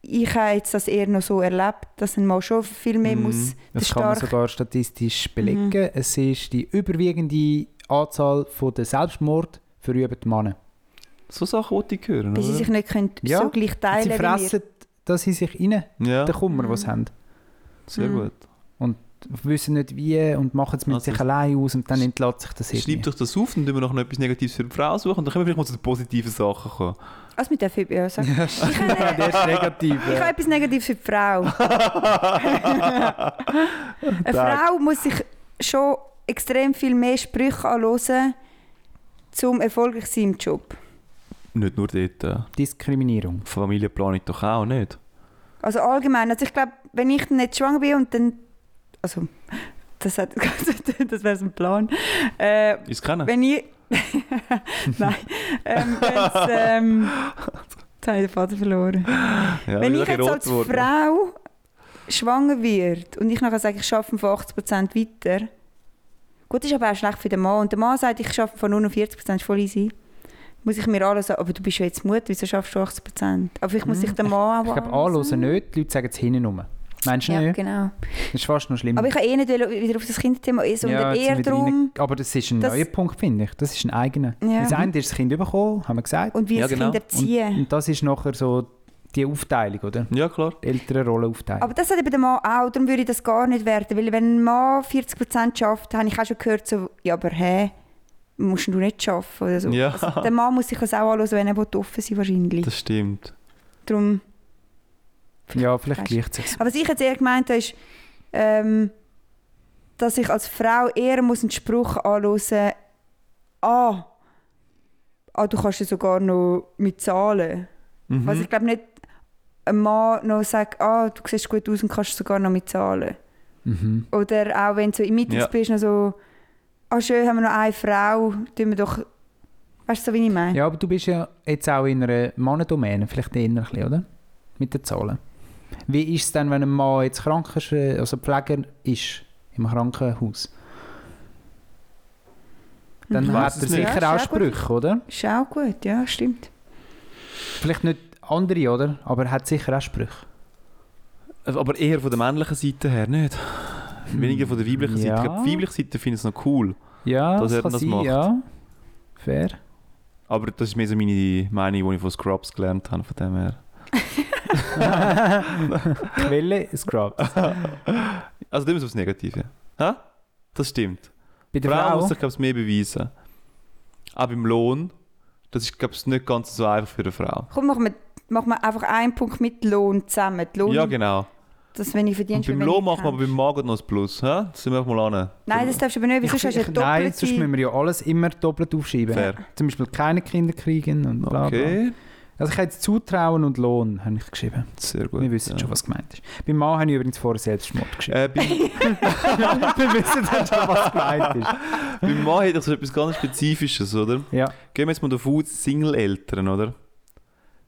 D: ich habe jetzt das eher noch so erlebt, dass man mal schon viel mehr
E: Mhm.
D: muss. der Mhm.
C: Das kann man
D: Starke-
C: sogar statistisch belegen. Es ist die überwiegende Anzahl von der Selbstmord verübten Männer.
E: So Sachen wollte ich hören,
D: Bis sie sich
E: oder?
D: nicht können,
C: Ja,
D: so gleich
C: Und
D: teilen
C: Sie
D: wie wir.
C: fressen, dass sie sich rein,
E: Ja,
C: den Kummer, den sie
D: Mhm.
C: haben.
E: sehr
D: Mhm.
E: gut.
C: Wissen nicht wie und machen es mit
E: Also
C: sich
E: es-
C: allein aus und dann entlässt sich das
E: Schreibt
C: irgendwie.
E: euch das auf, dann tun wir noch etwas Negatives für die Frau suchen und dann können wir vielleicht mal zu den positiven Sachen kommen.
D: Also mit der ja sagen. Ich habe,
C: Der ist negativ.
D: ich habe etwas Negatives für die Frau. Eine Frau muss sich schon extrem viel mehr Sprüche anhören, um erfolgreich zu sein im Job.
E: Nicht nur dort. äh,
C: Diskriminierung.
E: Familienplanung doch auch nicht.
D: Also allgemein. Also ich glaube, wenn ich nicht schwanger bin und dann... Also, das, hat, das wäre so ein Plan. Äh,
E: Ist kennen.
D: wenn ich... Nein. Ähm, wenn's, ähm, jetzt habe ich den Vater verloren.
E: Ja,
D: Wenn
E: wir
D: ich
E: sind
D: jetzt
E: rot
D: als
E: geworden.
D: Frau schwanger werde und ich nachher sage, ich arbeite von 80% weiter, gut, ist aber auch schlecht für den Mann. Und der Mann sagt, ich arbeite von nur noch 40%, ist voll easy. Muss ich mir alles sagen, aber du bist ja jetzt Mutter, wieso schaffst du 80%? Aber ich muss
C: Hm,
D: ich den Mann
C: Ich
D: auch
C: glaube, anhören nicht, die Leute sagen es hinten rum. Meinst du
D: Ja,
C: nicht?
D: genau.
C: Das ist fast noch schlimmer.
D: Aber ich habe eh nicht wieder auf das Kinderthema, eh, sondern
C: jetzt
D: eher
C: sind wir
D: darum,
C: rein- Aber das ist ein
D: dass-
C: neuer Punkt, finde ich. Das ist ein eigener.
D: Ja.
C: Das eine ist das Kind bekommen, haben wir gesagt.
D: und wie
E: Ja,
D: das
E: genau.
D: Kind erziehen.
C: Und das ist nachher so die Aufteilung, oder?
E: Ja, klar.
C: Die ältere Rollenaufteilung.
D: Aber das hat eben der Mann auch, darum würde ich das gar nicht werden. Weil wenn ein Mann 40% schafft, habe ich auch schon gehört, so, ja, aber hä, musst du nicht schaffen oder so.
E: Ja.
D: Also, der Mann muss sich das auch anschauen, wenn er will, offen sein will, wahrscheinlich.
E: Das stimmt.
D: Darum,
C: ja, vielleicht
D: Weißt-
C: gleicht es
D: aber was ich jetzt eher gemeint habe, ist, ähm, dass ich als Frau eher muss einen Spruch anhören ah, ah, du kannst ja sogar noch mit Zahlen.
E: Mhm.
D: Was ich glaube nicht, ein Mann noch sagt, ah, du siehst gut aus und kannst sogar noch mit Zahlen.
C: mhm.
D: Oder auch wenn du so im Meetings
E: Ja.
D: bist, noch so, ah schön, haben wir noch eine Frau, tun wir doch, weißt du, so wie ich meine?
C: Ja, aber du bist ja jetzt auch in einer Mannendomäne, vielleicht eher ein bisschen, oder? Mit den Zahlen. Wie ist es denn, wenn ein Mann jetzt krank ist, äh, also Pfleger ist, im Krankenhaus? Dann
E: Ich weiss
C: hat er
E: es nicht.
D: Ja,
C: sicher
D: ist
C: auch
D: auch
C: Sprüche, oder?
D: Mhm. Ist auch gut, ja, stimmt.
C: Vielleicht nicht andere, oder? Aber er hat sicher auch Sprüche.
E: Also, Aber eher von der männlichen Seite her nicht.
D: Hm.
E: Weniger von der weiblichen Seite. Ich
C: Ja.
E: glaube, die weibliche Seite finde ich es noch cool.
C: Ja,
E: Dass
C: das
E: er
C: kann
E: das
C: sein,
E: macht.
C: ja. Fair.
E: Aber das ist mehr so meine Meinung, die ich von Scrubs gelernt habe. Von dem her.
C: Quelle Scrubs.
E: Also, dem ist aufs Negative. Hä? Das stimmt.
C: Bei der
E: Frau
C: Frau,
E: muss sich, glaube ich, mehr beweisen. Auch beim Lohn. Das ist, glaube ich, nicht ganz so einfach für eine Frau.
D: Komm, machen wir, machen wir einfach einen Punkt mit Lohn zusammen. Die Lohn,
E: Ja, genau.
D: dass wenn ich verdiene,
E: Und beim
D: wenn
E: Lohn
D: ich
E: machen wir aber
D: kann.
E: beim Magen noch ein Plus. Hä? Das sind wir auch mal an.
D: Nein, das darfst du aber nicht, weil
C: Ich-
D: sonst hast du
C: ich-
D: eine
C: Nein, sonst müssen
D: doppelte...
C: wir ja alles immer doppelt aufschreiben.
E: Fair.
C: Zum Beispiel keine Kinder kriegen und bla bla.
E: Okay,
C: Also ich habe jetzt Zutrauen und Lohn, habe ich geschrieben.
E: sehr gut.
C: Wir wissen
E: ja.
C: schon, was gemeint ist. Beim Mann habe ich übrigens vorher Selbstmord geschrieben.
E: Äh, beim,
C: Wir wissen dann schon, was gemeint ist.
E: beim Mann hätte ich so etwas ganz Spezifisches, oder?
C: Ja,
E: Gehen wir jetzt mal davon aus, Single-Eltern, oder?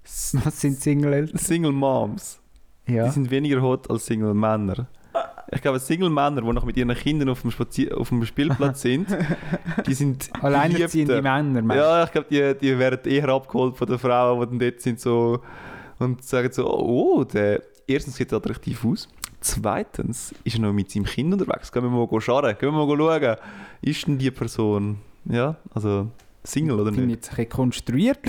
E: S-
C: was sind Single-Eltern?
E: Single-Moms. Die
C: Ja.
E: sind weniger hot als Single-Männer. Ich glaube, Single-Männer, die noch mit ihren Kindern auf dem, Spazier auf dem Spielplatz sind, die sind
C: Alleinerziehende
E: Geliebte.
C: Männer, meinst du?
E: Ja, ich glaube, die, die werden eher abgeholt von den Frauen, die dann dort sind so, und sagen so, oh, der, erstens sieht er attraktiv aus, zweitens ist er noch mit seinem Kind unterwegs, gehen wir mal go scharren, gehen wir mal go schauen, ist denn die Person, ja, also Single oder
C: Ich bin
E: nicht?
C: jetzt ein bisschen konstruiert.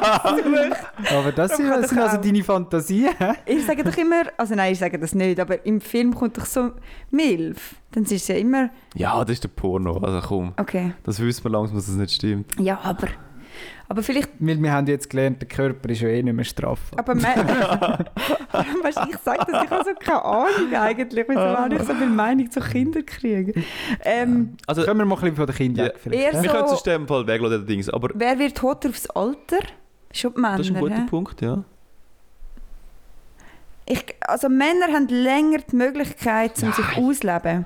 C: aber das sind, das sind also deine Fantasien. hä?
D: Ich sage doch immer, also nein, ich sage das nicht, aber im Film kommt doch so Milf. Dann ist es ja immer,
E: Ja, das ist der Porno, also komm,
D: okay,
E: das wissen wir langsam, dass das nicht stimmt.
D: ja, aber... Aber vielleicht,
C: Weil wir haben jetzt gelernt, der Körper ist ja eh nicht mehr strafbar.
D: aber me- weißt, du, ich sage das, ich habe so keine Ahnung eigentlich, wieso habe ich so viel Meinung zu Kindern kriegen. Ähm,
E: Also,
C: Können wir mal ein bisschen von den Kindern
E: Ja.
C: weg vielleicht,
D: Eher
E: wir
C: hä?
D: so-
E: können es aus dem Fall weglassen, den Dings. Aber
D: wer wird hotter aufs Alter? Schon die Männer.
E: das ist ein guter
D: hä?
E: Punkt, ja.
D: ich, also Männer haben länger die Möglichkeit, um sich auszuleben.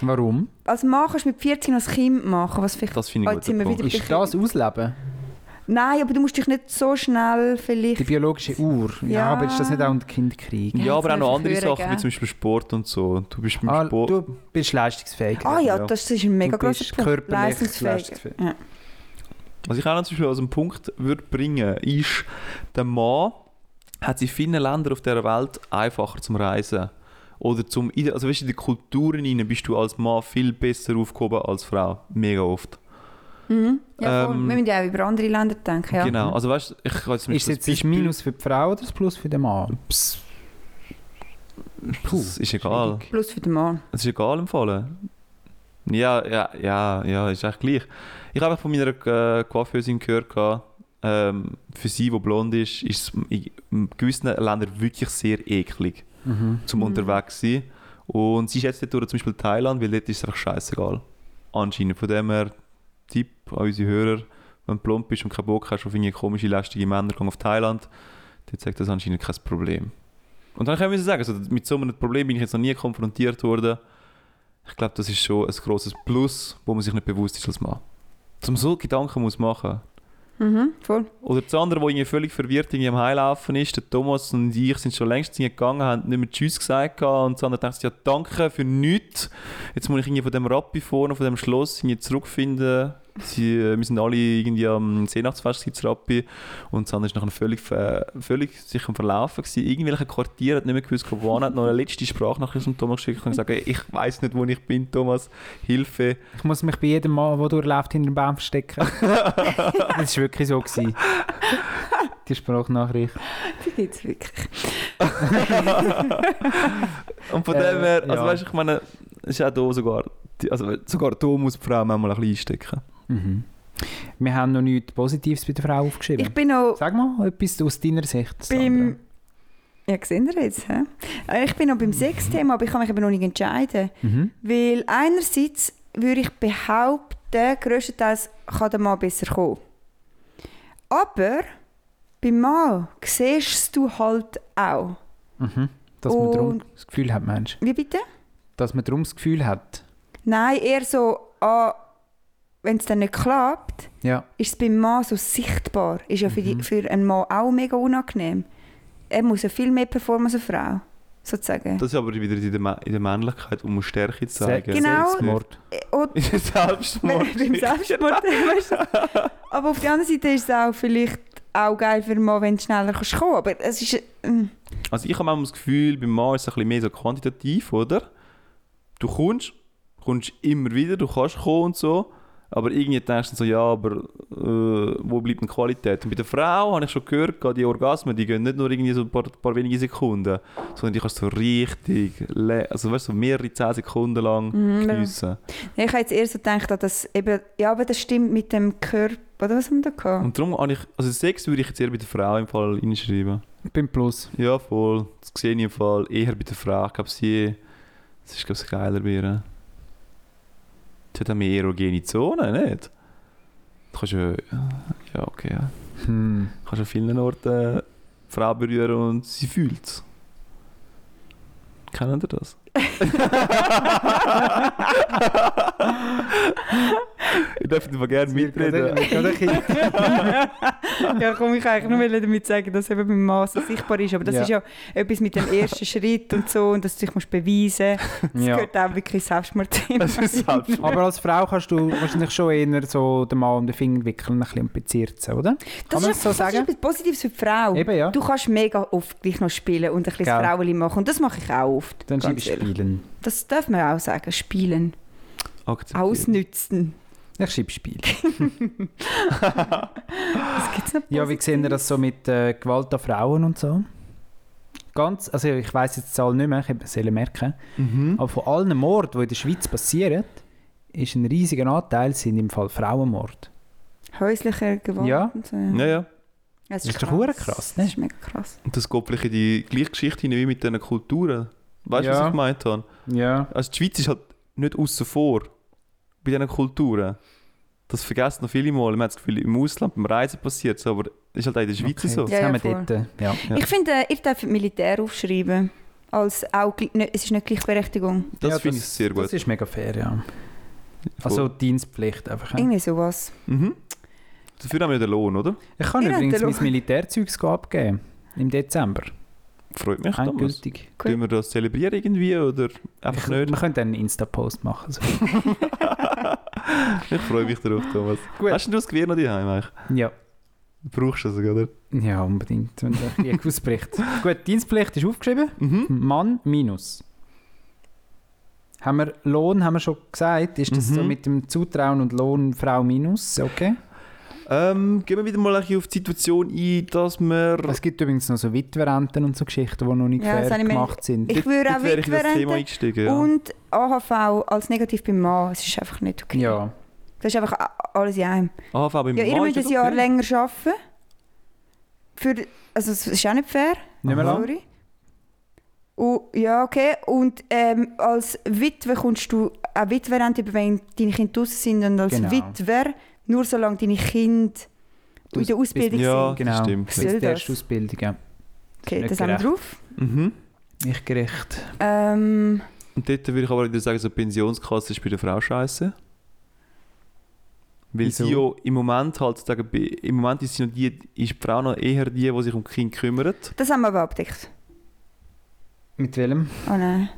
C: Warum?
D: Als Mann kannst du mit 14 als Kind machen, was vielleicht...
E: Das finde ich
D: Jetzt
E: ein
D: sind wir
E: guter Punkt.
D: wieder-
C: Ist das Ausleben?
D: Nein, aber du musst dich nicht so schnell
C: Die
D: vielleicht...
C: biologische Uhr? Ja,
D: Ja.
C: aber ist das nicht auch ein Kindkrieg?
E: Ja,
D: Ja,
E: aber auch
D: jetzt
E: noch andere
D: hören,
E: Sachen, wie
D: gell?
E: zum Beispiel Sport und so. Du bist beim
C: Ah,
E: Sport.
C: du bist leistungsfähig.
D: Ah ja,
E: Ja.
D: das ist ein mega
C: Du
D: grosser
C: bist
D: Punkt.
C: körperlich
D: Leistungsfähig.
C: leistungsfähig.
D: Ja.
E: Was ich auch noch zum Beispiel aus dem Punkt würde bringen, ist, der Mann hat es in vielen Ländern auf dieser Welt einfacher zum Reisen. Oder zum, also weißt du, in die Kulturen hinein bist du als Mann viel besser aufgehoben als Frau. Mega oft.
D: Mhm. Ja, voll.
E: Ähm,
D: wir müssen ja auch über andere Länder denken. Ja. Mhm.
E: Genau. Also weißt du, ich kann jetzt zum
C: Ist
E: Beispiel
C: jetzt das
E: Beispiel-
C: Minus für die Frau oder das Plus für den Mann?
E: Psst. Das ist egal.
C: Schwierig.
D: Plus für den Mann.
E: Es ist egal im Fall. Ja, ja, ja, ja, ist echt gleich. Ich habe von meiner äh, Coiffeusin gehört, gehabt, ähm, für sie, die blond ist, ist es in in gewissen Ländern wirklich sehr eklig,
C: Mhm.
E: zum
D: Mhm.
E: unterwegs sein. Und sie schätzt dort durch, zum Beispiel Thailand, weil dort ist es einfach scheißegal. Anscheinend. Von dem her, Tipp an unsere Hörer, wenn du blond bist und keinen Bock hast auf irgendwie komische, lästige Männer, geh auf Thailand. Dort sagt das anscheinend kein Problem. Und dann kann ich sagen, also mit so einem Problem bin ich jetzt noch nie konfrontiert worden. Ich glaube, das ist schon ein grosses Plus, wo man sich nicht bewusst ist als Mann. Zum so Gedanken muss machen.
D: Mhm, voll.
E: Oder das andere, wo irgendwie völlig verwirrt irgendwie am Heilaufen ist, der Thomas und ich sind schon längst irgendwie gegangen, haben nicht mehr Tschüss gesagt gehabt, und das andere denkt sich, ja danke für nichts. Jetzt muss ich irgendwie von dem Rappi vorne, von dem Schloss irgendwie zurückfinden. Sie, äh, wir sind alle irgendwie am Seenachtsfest gewesen, zu Rappi und das andere ist nachher völlig, ver- völlig sich am Verlaufen gewesen. Irgendwelche Quartiere hat nicht mehr gewusst, wo er hat noch eine letzte Sprachnachricht zum Thomas geschickt und gesagt, «Ey, ich weiß nicht, wo ich bin, Thomas, Hilfe.
C: Ich muss mich bei jedem Mann, der durchläuft, hinter dem Baum verstecken. das war wirklich so. Gewesen. Die Sprachnachricht.
D: Die gibt es wirklich.
E: Und von
C: Äh,
E: dem her, also
C: ja.
E: weißt du, ich meine, es ist auch da sogar, die- also sogar da muss die Frau manchmal ein bisschen einstecken.
C: Mhm. Wir haben noch nichts Positives bei der Frau aufgeschrieben.
D: Ich bin noch
C: Sag mal etwas aus deiner Sicht. Genau. Sandra.
D: beim... Ja, seht ihr jetzt, hä? Äh, Ich bin noch beim Sex-Thema, aber ich kann mich eben noch nicht entscheiden.
C: Mhm.
D: Weil einerseits würde ich behaupten, grösstenteils kann der Mann besser kommen. Aber beim Mann siehst du halt auch.
C: Mhm. Dass man drum
D: Und-
C: das Gefühl hat, Mensch.
D: Wie bitte?
C: Dass man drum das Gefühl hat.
D: Nein, eher so, ah, wenn es dann nicht klappt,
C: Ja.
D: ist es beim Mann so sichtbar. Ist ja für, die, für einen Mann auch mega unangenehm. Er muss ja viel mehr performen als eine Frau, sozusagen.
E: Das ist aber wieder in der, Ma- in der Männlichkeit, um Stärke zu
C: Se-
E: zeigen.
D: Genau.
C: Selbstmord.
D: Und
E: In der Selbstmord.
D: beim Selbstmord, weißt du. Aber auf der anderen Seite ist es auch vielleicht auch geil für einen Mann, wenn du schneller kannst kommen Aber es ist... mm.
E: Also ich habe manchmal das Gefühl, beim Mann ist es ein bisschen mehr so quantitativ, oder? Du kommst, kommst immer wieder, du kannst kommen und so, aber irgendwie denkst du so, ja, aber äh, wo bleibt denn die Qualität? Und bei der Frau habe ich schon gehört, gerade die Orgasmen, die gehen nicht nur irgendwie so ein paar, paar wenige Sekunden, sondern die kannst du so richtig, le- also weißt du, so mehrere zehn Sekunden lang
D: Mhm, ja.
E: geniessen.
D: Ja, Ich habe jetzt eher so gedacht, dass das eben, ja, aber das stimmt mit dem Körper, oder was haben wir da gehabt?
E: Und darum habe ich, also Sex würde ich jetzt eher bei der Frau im Fall hinschreiben.
C: Beim Plus.
E: Ja, voll, das sehe ich im Fall eher bei der Frau, ich glaube sie, es ist glaube ich geiler bei ihr. Sie hat auch mehr erogene Zonen, nicht? Du kannst ja, ja okay, ja.
C: Hm.
E: Du kannst an vielen Orten äh, die Frau berühren und sie fühlt es. Kennen ihr das? Ihr dürft mal gerne mitreden.
D: ja, komm, ich eigentlich nur damit sagen, dass eben beim Mann so sichtbar ist. Aber das
C: Ja.
D: ist ja etwas mit dem ersten Schritt und so und dass du dich musst beweisen musst. Das
C: Ja.
D: gehört auch wirklich Selbstmord-Thema.
E: Das ist halt selbst.
C: Aber als Frau kannst du wahrscheinlich schon eher so den Mann um den Finger wickeln ein bisschen und bezirzen, oder? Kann man
D: ist-
C: es so
D: Das
C: sagen?
D: ist etwas Positives für die Frau.
C: Eben, ja.
D: Oh, Du kannst mega oft gleich noch spielen und ein bisschen das
C: Gell.
D: Frauenli machen. Und das mache ich auch oft.
C: Dann
D: ganz
C: schreibst du
D: ehrlich.
C: Spielen.
D: Das darf man auch sagen. Spielen.
E: Akzeptiert.
D: Ausnützen.
C: Ich schreibe Spielen.
D: Das gibt's noch
C: Ja, wie sehen ihr das so mit äh, Gewalt an Frauen und so? Ganz, also ich weiß jetzt die Zahl nicht mehr, ich hätte es sollen merken
E: Mhm.
C: Aber von allen Morden, die in der Schweiz passieren, ist ein riesiger Anteil sind im Fall Frauenmord.
D: häuslicher geworden.
C: Ja.
D: Und so,
E: Ja, ja.
D: Es
C: Das ist doch hure krass, ne?
D: Das ist mega krass.
E: Und das geht vielleicht in die gleiche Geschichte hinein wie mit diesen Kulturen. Weißt du, was
C: Ja.
E: ich gemeint habe?
C: Ja.
E: Also die Schweiz ist halt nicht außen vor bei diesen Kulturen. Das vergessen noch viele Mal. Man hat das Gefühl, im Ausland beim Reisen passiert es, aber es ist halt auch in der Schweiz so.
C: Das
D: Ja, ja,
C: haben wir
D: voll.
C: dort. Ja.
E: Ja.
D: Ich finde, äh, ihr dürft Militär aufschreiben. Als auch, gl- ne, es ist nicht Gleichberechtigung.
E: Das
C: Ja,
E: finde ich sehr gut.
C: Das ist mega fair, ja. Also Dienstpflicht einfach. Ja.
D: Irgendwie sowas.
E: mhm. Dafür haben wir ja den Lohn, oder?
C: Ich kann
D: Ihr habt
C: übrigens
D: ja
C: mein
D: noch-
C: Militärzeug abgeben. Im Dezember.
E: Freut mich damals.
C: Endgültig.
D: Cool.
E: Können wir das zelebrieren irgendwie oder einfach
C: Ich,
E: nicht?
C: wir können dann einen Insta-Post machen. So.
E: Ich freue mich darauf, Thomas.
C: Gut.
E: Hast du das Gewehr noch daheim eigentlich?
C: ja.
E: Du brauchst es, oder?
C: ja, unbedingt, wenn der Krieg ausbricht. Gut, Dienstpflicht ist aufgeschrieben.
E: Mhm.
C: Mann minus. Haben wir Lohn, haben wir schon gesagt. Ist das
E: Mhm.
C: so mit dem Zutrauen und Lohn Frau minus? Okay.
E: Ähm, gehen wir wieder mal ein bisschen auf die Situation ein, dass wir...
C: Es gibt übrigens noch so Witwerrenten und so Geschichten, die noch nicht
D: Ja, das
C: fair
D: habe ich mir-
C: gemacht sind.
D: Ich würde auch
E: Dort wäre ich in das Thema
D: Witwerrente
E: eingestiegen, ja.
D: und AHV als negativ beim Mann. Es ist einfach nicht okay.
C: Ja.
D: Das ist einfach a- alles in einem.
E: AHV beim
D: Ja, ihr
E: Mann ist
D: müsst ein
E: das
D: Jahr
E: okay.
D: länger arbeiten. Für, also es ist auch nicht fair.
C: Nicht mehr lang.
D: Sorry. Und, ja, okay. Und ähm, als Witwe kommst du auch Witwerrente, über wenn deine Kinder draußen sind. Und als
C: Genau.
D: Witwer nur solange deine Kinder in der Ausbildung
E: Ja,
D: sind.
E: das
C: Genau.
E: stimmt.
D: Was
C: Das
D: soll
C: ist die erste
D: das?
C: Ausbildung, ja.
D: Okay,
C: Nicht
D: das haben wir
C: gerecht.
D: drauf.
E: Mhm.
C: Nicht gerecht.
D: Ähm,
E: Und dort würde ich aber wieder sagen, so die Pensionskasse ist bei der Frau scheiße. Weil
C: Wieso?
E: sie ja im Moment halt, sagen, bei- im Moment ist, sie noch die, ist die Frau noch eher die, die sich um die Kinder kümmert.
D: das haben wir aber abgedeckt.
C: Mit welchem?
D: Oh nein.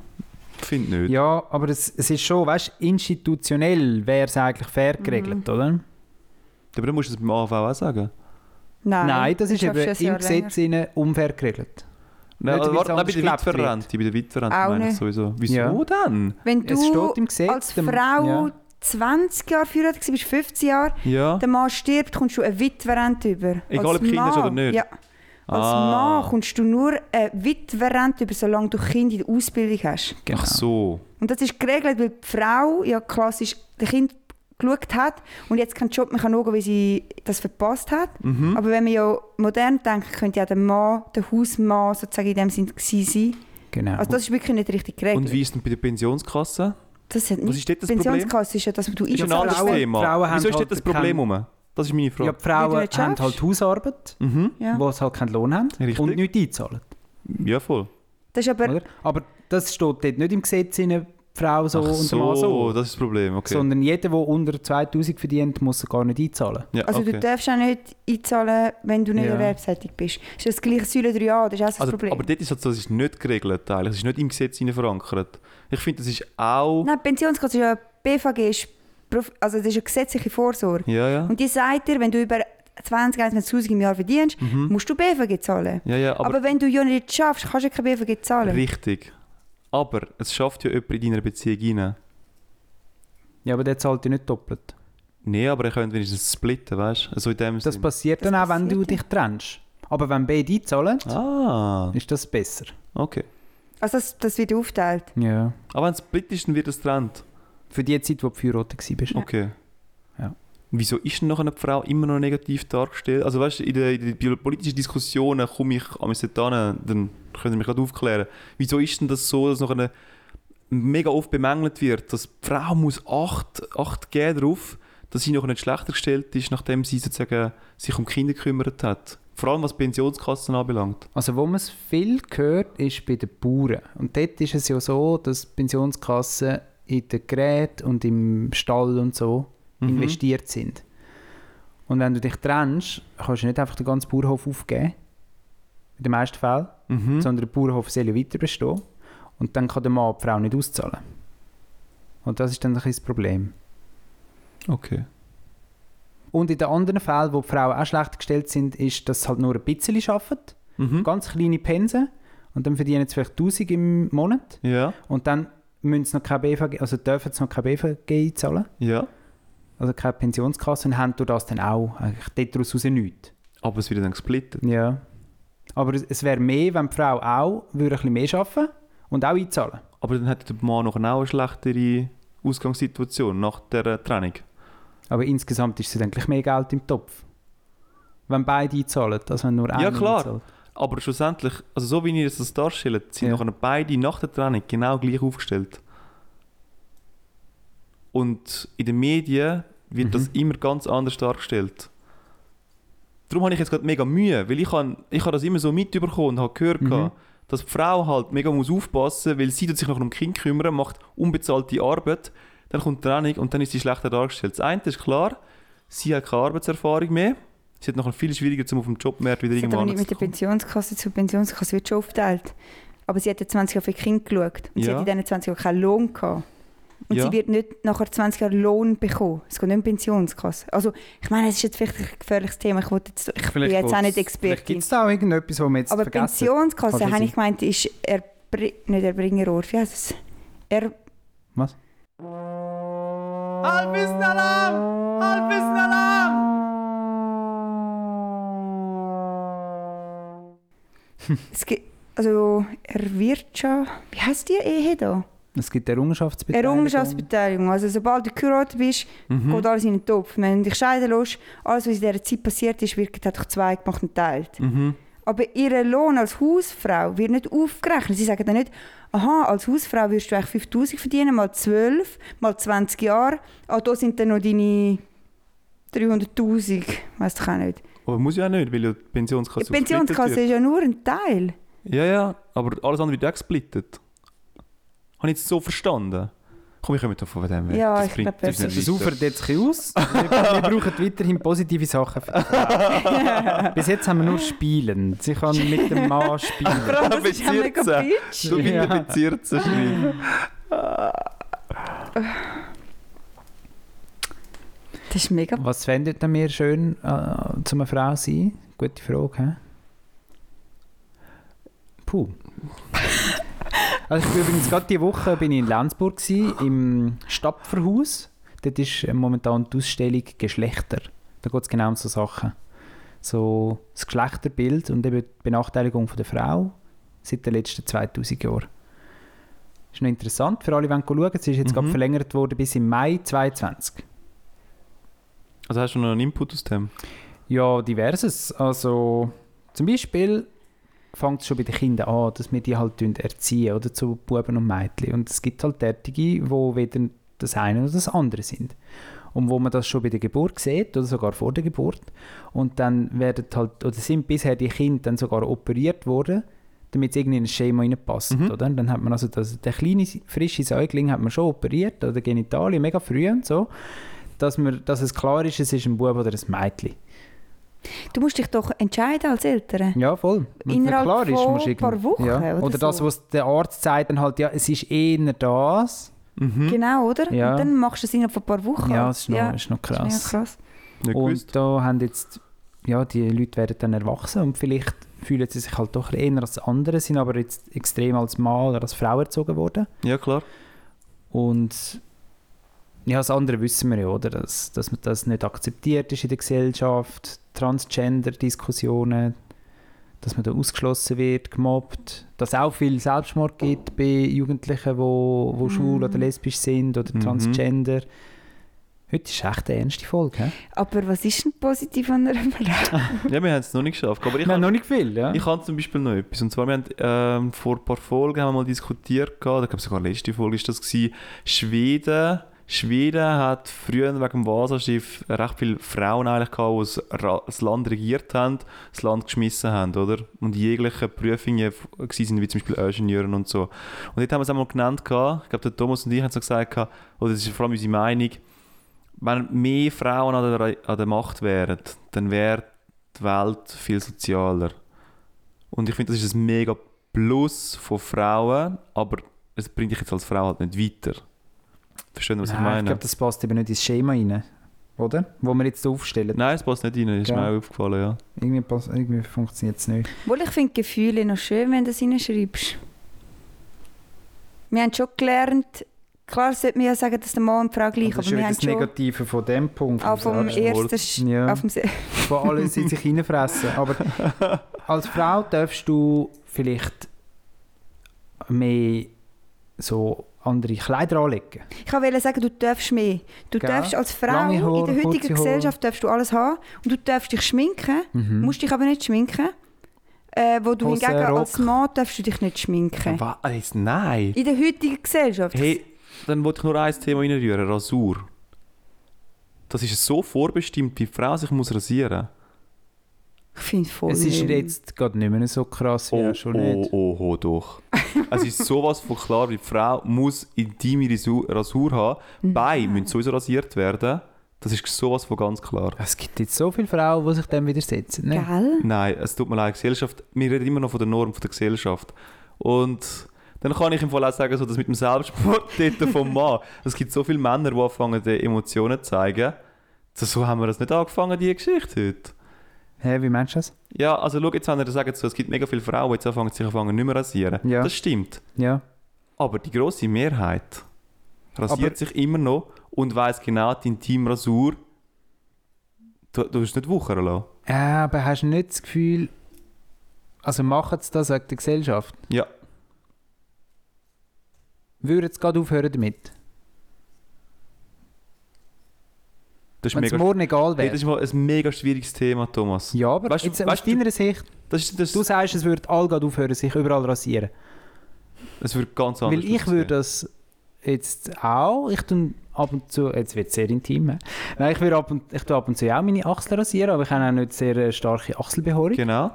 E: Finde nicht.
C: Ja, aber es, es ist schon, weißt du, institutionell wäre es eigentlich fair
D: Mhm.
C: geregelt, oder? Nein,
E: Aber dann musst du es beim AHV auch sagen.
D: Nein,
C: das ist
D: du
C: eben
D: Ah, schaffst ein
C: im
D: Jahr
C: Gesetz innen unfair geregelt.
E: Nein,
C: Nicht,
E: also,
C: weil
E: warte,
C: es
E: nein, bei der
C: anders gelebt wird.
E: Witwerrente, bei der Witwerrente
D: Auch
E: meine ich
D: nicht.
E: sowieso. Wieso
C: Ja.
E: denn?
D: Wenn du
C: es steht im Gesetz.
D: als
C: dem-
D: Frau
C: ja.
D: 20 Jahre verheiratet warst, bist 15 Jahre,
E: Ja.
D: der Mann stirbt, kommst du eine Witwerrente über.
E: Egal,
D: Als
E: ob Kinder
D: Mann-
E: oder nicht.
D: Ja. Als
E: Ah.
D: Mann kommst du nur eine Witwerrente über, solange du Kinder in der Ausbildung hast.
C: Genau.
E: Ach so.
D: Und das ist geregelt, weil die Frau ja klassisch das Kind geschaut hat und jetzt keinen Job mehr kann schauen, weil sie das verpasst hat.
E: Mhm.
D: Aber wenn wir ja modern denken, könnte ja der Mann, der Hausmann sozusagen in dem Sinn gewesen sein.
C: Genau.
D: Also das ist wirklich nicht richtig geregelt.
E: Und wie ist denn bei der Pensionskasse?
D: das hat
E: Was
D: nicht
E: ist dort das Problem?
D: Pensionskasse ist ja, dass du
E: Ist ein anderes
D: einzahlst, wenn-
E: Thema.
C: Frauen haben
E: Wieso ist
C: halt
E: dort das Problem
C: kein-
E: rum? Das ist meine Frage.
C: ja, die Frauen
D: Weil du nicht
C: haben halt
D: schaffst.
C: Hausarbeit,
E: Mhm.
D: Ja.
C: wo sie halt keinen Lohn haben
E: Richtig.
C: und nichts einzahlen. Mhm.
E: ja, voll.
D: Das ist aber,
C: Oder? Aber das steht dort nicht im Gesetz, innen, die Frau so
E: Ach
C: und der
E: so,
C: Mann so.
E: das ist das Problem. Okay.
C: Sondern jeder, der unter 2000 verdient, muss gar nicht einzahlen.
E: ja,
D: also
E: okay.
D: du darfst auch nicht einzahlen, wenn du nicht
C: Ja.
D: erwerbstätig bist. Das ist das gleiche Säule 3a, das ist auch das
E: Also,
D: Problem.
E: aber dort ist halt so, das ist nicht geregelt, eigentlich. Das ist nicht im Gesetz hinein verankert. Ich finde, das ist auch.
D: Nein, die Pensionskasse ist ja BVG, ist Prof- also das ist eine gesetzliche Vorsorge.
E: Ja, ja.
D: Und die sagt dir, wenn du über 20, 21'000 im Jahr verdienst, musst du BVG zahlen.
E: Mhm. Ja, ja,
D: Aber,
E: aber,
D: wenn du ja nicht schaffst, kannst du ja kein BVG zahlen.
E: richtig. Aber es schafft ja jemand in deiner Beziehung rein.
C: Ja, aber der zahlt ja nicht doppelt.
E: Nee, aber er könnte wenigstens splitten, weißt du? Also in dem
C: Das
E: Sinn.
C: passiert
D: Das
C: dann auch, wenn
D: passiert
C: du dich trennst. Aber wenn beide einzahlen,
E: Ah,
C: ist das besser.
E: okay.
D: Also das, das wird aufteilt.
C: Ja.
E: Aber wenn es split ist, dann wird es Trend.
C: Für die Zeit, wo du verheiratet warst.
E: Okay.
C: Ja.
E: Wieso ist denn noch eine Frau immer noch negativ dargestellt? Also weißt du, in den, in den politischen Diskussionen komme ich ah, an mich dort hin, dann können Sie mich gerade aufklären. Wieso ist denn das so, dass noch eine mega oft bemängelt wird, dass die Frau muss acht, acht geben darauf, dass sie noch nicht schlechter gestellt ist, nachdem sie sozusagen sich um die Kinder gekümmert hat. Vor allem was die Pensionskassen anbelangt.
C: Also wo man es viel hört, ist bei den Bauern. Und dort ist es ja so, dass die Pensionskassen in den Geräten und im Stall und so
E: Mhm.
C: investiert sind. Und wenn du dich trennst, kannst du nicht einfach den ganzen Bauernhof aufgeben. In den meisten Fällen.
E: Mhm.
C: Sondern der Bauernhof soll ja weiter bestehen. Und dann kann der Mann die Frau nicht auszahlen. Und das ist dann ein bisschen das Problem.
E: Okay.
C: Und in den anderen Fällen, wo die Frauen auch schlecht gestellt sind, ist, dass sie halt nur ein bisschen arbeiten.
E: Mhm.
C: Ganz kleine Pensen. Und dann verdienen sie vielleicht 1000 im Monat.
E: Ja,
C: Und dann müssen sie noch keine BVG, also dürfen sie noch keine BVG einzahlen.
E: ja.
C: Also keine Pensionskasse. Und haben durch das dann auch eigentlich dort daraus raus nichts.
E: Aber es wird dann gesplittet.
C: Ja. Aber es, es wäre mehr, wenn die Frau auch würde ein bisschen mehr arbeiten und auch einzahlen.
E: Aber dann hat der Mann noch eine auch eine schlechtere Ausgangssituation nach der Trennung.
C: Aber insgesamt ist es dann gleich mehr Geld im Topf. Wenn beide einzahlen, also wenn nur einer
E: Ja, klar.
C: einzahlt.
E: Aber schlussendlich, also so wie ihr es das darstellt, sind
C: Ja.
E: nachher beide nach der Trennung genau gleich aufgestellt. Und in den Medien wird das
D: Mhm.
E: immer ganz anders dargestellt. Darum habe ich jetzt gerade mega Mühe, weil ich habe, ich habe das immer so mitbekommen und habe gehört,
C: Mhm.
E: gehabt, dass die Frau halt mega muss aufpassen weil sie tut sich noch um Kind kümmern, macht unbezahlte Arbeit, dann kommt die Trennung und dann ist sie schlechter dargestellt. Das eine ist klar, sie hat keine Arbeitserfahrung mehr, sie hat nachher viel schwieriger, um auf dem Jobmarkt wieder
D: Das hat
E: irgendwo
D: aber nicht mit der
E: anzukommen.
D: Pensionskasse zu. Die Pensionskasse wird schon aufgeteilt. Aber sie hat ja 20 Jahre für Kind geschaut. Und sie
E: Ja.
D: hat in diesen 20 Jahren keinen Lohn gehabt. Und
E: Ja.
D: sie wird nicht nachher 20 Jahre Lohn bekommen. Es geht nicht um die Pensionskasse. Also, ich meine, es ist jetzt vielleicht ein gefährliches Thema. Ich, wollte jetzt, ich bin jetzt auch
C: Vielleicht
D: nicht
C: gibt
D: Expertin.
C: es da auch irgendetwas, wo wir jetzt
D: Aber
C: vergessen. Kann
D: Pensionskasse,
C: schon
D: habe
C: sein.
D: ich gemeint, ist Erbri nicht Erbringerort. Wie heisst es? Er
C: Was?
E: Halbwissenalarm! Halbwissenalarm!
D: es gibt, also Erwirtschaft. Wie heisst die Ehe da?
C: Es gibt Errungenschaftsbeteiligung.
D: Errungenschaftsbeteiligung. Also, sobald du geheiratet bist,
C: Mhm.
E: Mhm.
D: geht alles in den Topf. Wenn du dich scheiden lässt, alles, was in dieser Zeit passiert ist, wird durch zwei gemacht und teilt.
E: Mhm.
D: Aber ihr Lohn als Hausfrau wird nicht aufgerechnet. Sie sagen dann nicht, aha, als Hausfrau wirst du eigentlich 5000 verdienen, mal 12, mal 20 Jahre. Ah, da sind dann noch deine 300.000. Weißt du auch nicht.
E: Aber muss ja auch nicht, weil ja die Pensionskasse
D: Die Pensionskasse
E: aufgesplittet
D: ist ja nur ein Teil.
E: wird. Ja, ja, aber alles andere wird auch gesplittet. Habe ich jetzt so verstanden? Komm, ich komme davon von dem weg.
D: Ja,
E: das
D: ich
E: bringt
D: glaub, das
E: uns nicht
C: Das
E: weiter.
C: ufert jetzt ein bisschen aus. Wir, wir brauchen weiterhin positive Sachen. Für die Frau. Bis jetzt haben wir nur Spielen. Sie kann mit dem Mann spielen.
E: allem,
D: Das ist ja mega
E: bezirzen.
D: bitch.
E: Du bist
C: Ja.
E: ja. bezirrt zu schreiben.
D: Das ist mega
C: Was fändet ihr mir schön, äh, zu einer Frau sein? Gute Frage, hä? Puh. Also ich bin übrigens gerade diese Woche bin ich in Lenzburg gewesen, im Stapferhaus. Dort ist äh, momentan die Ausstellung Geschlechter. Da geht es genau um so Sachen. So das Geschlechterbild und eben die Benachteiligung von der Frau seit den letzten 2000 Jahren. Ist noch interessant für alle, die schauen. Es ist jetzt
E: Mhm.
C: gerade verlängert worden bis im Mai 2022.
E: Also hast du noch einen Input aus dem?
C: Ja, diverses. Also zum Beispiel fängt es schon bei den Kindern an, dass wir die halt tun erziehen, oder zu Buben und Mädchen. Und es gibt halt derartige, wo weder das eine oder das andere sind. Und wo man das schon bei der Geburt sieht, oder sogar vor der Geburt. Und dann werden halt, oder sind bisher die Kinder dann sogar operiert worden, damit es irgendwie in ein Schema reinpasst,
E: Mhm.
C: oder? Und dann hat man also das, der kleine, frische Säugling hat man schon operiert, oder Genitalien, mega früh und so, dass, man, dass es klar ist, es ist ein Bub oder ein Mädchen.
D: Du musst dich doch entscheiden als Eltern.
C: Ja, voll. Wenn
D: Innerhalb
C: klar ist,
D: von
C: musst du
D: ein paar
C: irgendwie-
D: Wochen
C: Ja.
D: oder
C: Oder, das,
D: so.
C: was der Arzt sagt, dann halt, ja, es ist eher das.
E: Mhm.
D: Genau, oder?
C: Ja.
D: Und dann machst du es innerhalb von ein paar Wochen.
C: Ja, das ist noch, Ist noch
D: Das ist mega
C: krass.
D: krass.
E: Nicht
C: und
E: gewusst.
C: da haben jetzt, ja, die Leute werden dann erwachsen und vielleicht fühlen sie sich halt doch eher als andere, sind aber jetzt extrem als Mann oder als Frau erzogen worden.
E: Ja, klar.
C: Und ja, das andere wissen wir ja, oder? Dass, dass man das nicht akzeptiert ist in der Gesellschaft, Transgender-Diskussionen, dass man da ausgeschlossen wird, gemobbt, dass es auch viel Selbstmord gibt bei Jugendlichen, die wo, wo schwul oder lesbisch sind oder
E: Mhm.
C: transgender. Heute ist echt eine ernste Folge, hä?
D: Aber was ist denn positiv an einer Frau?
E: Ja, wir haben es noch nicht geschafft. Aber ich
C: Wir
E: habe-
C: haben noch nicht viel, ja?
E: Ich habe zum Beispiel noch etwas. Und zwar, wir haben ähm, vor ein paar Folgen haben wir mal diskutiert, gehabt, ich glaube sogar letzte Folge ist das gewesen, Schweden. Schweden hat früher wegen dem Vasaschiff recht viele Frauen eigentlich gehabt, die das Ra- das Land regiert haben, das Land geschmissen haben, oder? Und jegliche Prüfungen f- gewesen sind, wie zum Beispiel Ingenieuren und so. Und dort haben wir es einmal genannt, gehabt. ich glaube, der Thomas und ich haben es auch gesagt, gehabt, oder das ist vor allem unsere Meinung, wenn mehr Frauen an der, Re- an der Macht wären, dann wäre die Welt viel sozialer. Und ich finde, das ist ein mega Plus von Frauen, aber es bringt dich jetzt als Frau halt nicht weiter. Verstehen Sie, was ich
C: Nein, ich
E: meine?
C: glaube, das passt eben nicht ins Schema rein, oder? Wo wir jetzt aufstellen.
E: Nein, es passt nicht rein, ist mir
C: Ja.
E: auch aufgefallen, ja.
C: Irgendwie, passt- irgendwie funktioniert es nicht.
D: Wohl, ich finde Gefühle noch schön, wenn du das reinschreibst. Wir haben schon gelernt, klar sollte man ja sagen, dass der Mann und die Frau gleich,
C: das
D: aber
C: ist ja
D: wir
C: wieder
D: haben
C: das
D: schon
C: Negative von dem Punkt.
D: auch vom
E: Selbstmord.
D: ersten... Sch-
C: Ja.
D: Auf dem Se-
C: wo alle sie sich reinfressen. Aber als Frau darfst du vielleicht mehr so andere Kleider anlegen.
D: Ich wollte sagen, du darfst mehr. Du
C: Gell?
D: darfst als Frau
C: Lange Haare,
D: in der
C: kurze
D: heutigen
C: Haare.
D: Gesellschaft darfst du alles haben und du darfst dich schminken,
C: Mhm.
D: musst dich aber nicht schminken. Äh, wo du
C: Hosen,
D: hingegen
C: Rock.
D: als Mann darfst du dich nicht schminken.
E: Was? äh, Nein.
D: In der heutigen Gesellschaft.
E: Hey, dann wollte ich nur ein Thema reinrühren, Rasur. Das ist so vorbestimmt, wie die Frau sich muss rasieren
D: Ich finde voll.
C: es ist
D: nicht.
C: jetzt gerade nicht mehr so krass, wie ja, schon
E: oh,
C: nicht.
E: oh, oh, doch. es ist sowas von klar, die Frau muss intime Rasu- Rasur haben.
C: Mhm.
E: Beine müssen sowieso rasiert werden. Das ist sowas von ganz klar.
C: Es gibt jetzt so viele Frauen, die sich dem widersetzen. Ne?
D: Gell?
E: Nein, es tut mir leid, Gesellschaft, wir reden immer noch von der Norm von der Gesellschaft. Und dann kann ich im Fall auch sagen, so, dass mit dem Selbstmord dort vom Mann, es gibt so viele Männer, die anfangen, die Emotionen zu zeigen. So- So haben wir das nicht angefangen, diese Geschichte heute.
C: Hä, wie meinst du das?
E: Ja, also schau, jetzt, wenn ihr sagt, so, es gibt mega viele Frauen, die jetzt anfangen, sich anfangen, nicht mehr rasieren.
C: Ja.
E: Das stimmt.
C: Ja.
E: Aber die grosse Mehrheit rasiert
C: Aber-
E: sich immer noch und weiss genau, die Intimrasur, du, du hast nicht wuchern lassen.
C: Äh, aber hast du nicht das Gefühl, also machen sie das wegen der Gesellschaft?
E: Ja.
C: Würden sie gerade aufhören damit?
E: Das ist
C: Wenn es
E: mega
C: morgen egal
E: Hey,
C: wäre?
E: das ist mal ein mega schwieriges Thema, Thomas.
C: ja, aber
E: Weißt du-
C: jetzt, aus
E: weißt du-
C: deiner Sicht,
E: Das ist, das,
C: du sagst, es würde alle gerade aufhören, sich überall rasieren.
E: es wird ganz anders.
C: Weil ich
E: aussehen.
C: würde das jetzt auch, ich tue ab und zu, jetzt wird es sehr intim, hä? Nein, ich, würde ab und, ich tue ab und zu auch meine Achsel rasieren, aber ich habe auch nicht sehr äh, starke Achselbehaarung.
E: Genau.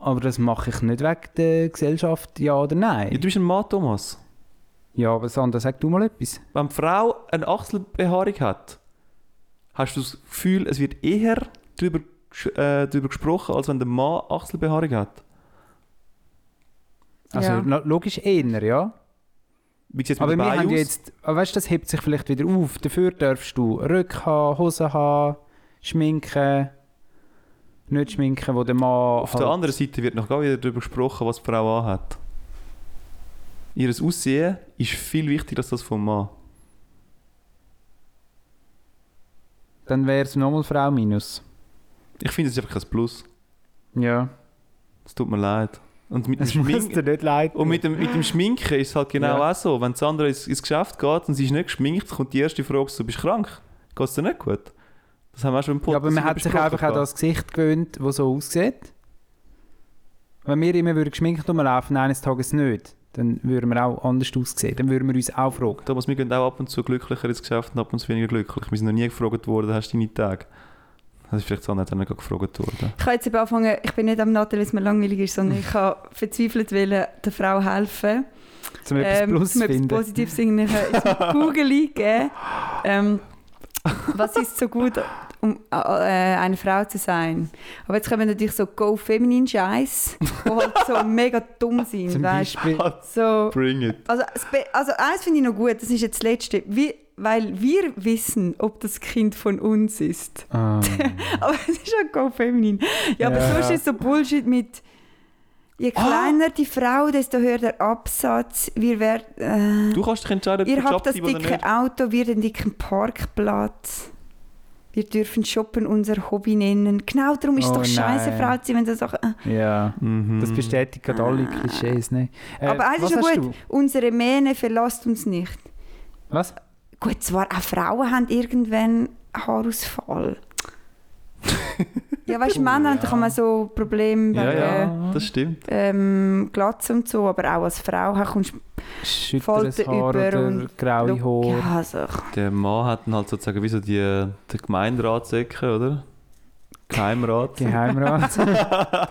C: Aber das mache ich nicht wegen der Gesellschaft, ja oder nein.
E: Ja, du bist ein Mann, Thomas.
C: Ja, aber Sandra, sag du mal etwas.
E: Wenn die Frau eine Achselbehaarung hat, hast du das Gefühl, es wird eher darüber, gesch- äh, darüber gesprochen, als wenn der Mann Achselbehaarung hat.
C: Also
D: Ja.
C: lo- logisch eher, ja.
E: Wie sieht es
C: Aber
E: mit
C: wir
E: den Beinen
C: haben
E: aus?
C: ja jetzt, aber weißt du, das hebt sich vielleicht wieder auf. Dafür darfst du Rücken haben, Hosen haben, schminken, nicht schminken, wo der Mann halt-
E: Auf der anderen Seite wird noch gar wieder darüber gesprochen, was die Frau anhat. Ihr Aussehen ist viel wichtiger als das vom Mann.
C: Dann wäre es nochmal Frau minus.
E: Ich finde, es ist einfach kein Plus.
C: Ja.
E: Es tut mir leid. Und mit dem
C: Es muss
E: Schminken...
C: dir nicht leid
E: Und mit dem, mit dem Schminken ist es halt genau
C: Ja.
E: auch so. Wenn Sandra ins, ins Geschäft geht und sie ist nicht geschminkt, kommt die erste Frage, so, bist du krank? Geht es dir nicht gut? Das haben wir auch schon im
C: Ja,
E: Podcast
C: aber man hat sich
E: besprochen
C: einfach auch
E: gehabt.
C: das Gesicht gewöhnt, das so aussieht. Wenn wir immer würden geschminkt rumlaufen, eines Tages nicht, dann würden wir auch anders aussehen. Dann würden wir uns auch fragen.
E: Thomas, wir gehen auch ab und zu glücklicher ins Geschäft und ab und zu weniger glücklich. Wir sind noch nie gefragt worden, hast du deine Tage? Das ist vielleicht Sandra hat auch nicht gefragt worden.
D: Ich kann jetzt eben anfangen, ich bin nicht am Nattel, weil es mir langweilig ist, sondern ich habe verzweifelt wollen, der Frau helfen.
C: Zum etwas Plus
D: um etwas
C: finden.
D: Positives zu finden. Ich habe jetzt mit Google eingegeben, ähm, was ist so gut, um äh, eine Frau zu sein. Aber jetzt kommen natürlich so Go-Feminin-Scheiß, die halt so mega dumm sind.
C: Zum
D: Weißt? Halt.
C: Beispiel. Oh.
D: So,
E: Bring it.
D: also, das Be- also eins finde ich noch gut, das ist jetzt das Letzte. Wie, weil wir wissen, ob das Kind von uns ist.
C: Ah.
D: Aber es ist ja go feminin. Ja, aber
C: Ja.
D: sonst ist so Bullshit mit je kleiner die Frau, desto höher der Absatz. Wir werden,
E: Du kannst dich entscheiden,
D: äh, ihr
E: du Job
D: habt das
E: bleiben oder
D: dicke
E: nicht.
D: Auto, wir den dicken Parkplatz. Wir dürfen Shoppen unser Hobby nennen. Genau darum ist es
C: Oh
D: doch scheiße,
C: nein.
D: Frau zu sein, wenn äh, sie so Sachen.
C: Ja,
E: Mhm.
C: das bestätigt gerade alle Klischees. Ne? Äh,
D: Mm. Ah. Aber eins ist
C: was
D: ja
C: hast
D: gut.
C: du?
D: Unsere Mähne verlässt uns nicht.
C: Was?
D: Gut, zwar auch Frauen haben irgendwann Haarausfall. ja, weißt du, Männer haben doch immer so Probleme
E: Ja,
D: wegen-
E: ja, das stimmt.
D: ähm, Glatze und so, aber auch als Frau ha- kommst du...
C: Schütteres
D: Falten
C: Haar
D: über
C: oder
D: und
C: graue Haare?
D: Ja, also,
E: Der Mann hat dann halt sozusagen wie so die, die Gemeinderatsecke, oder? Geheimrat.
C: Geheimrat.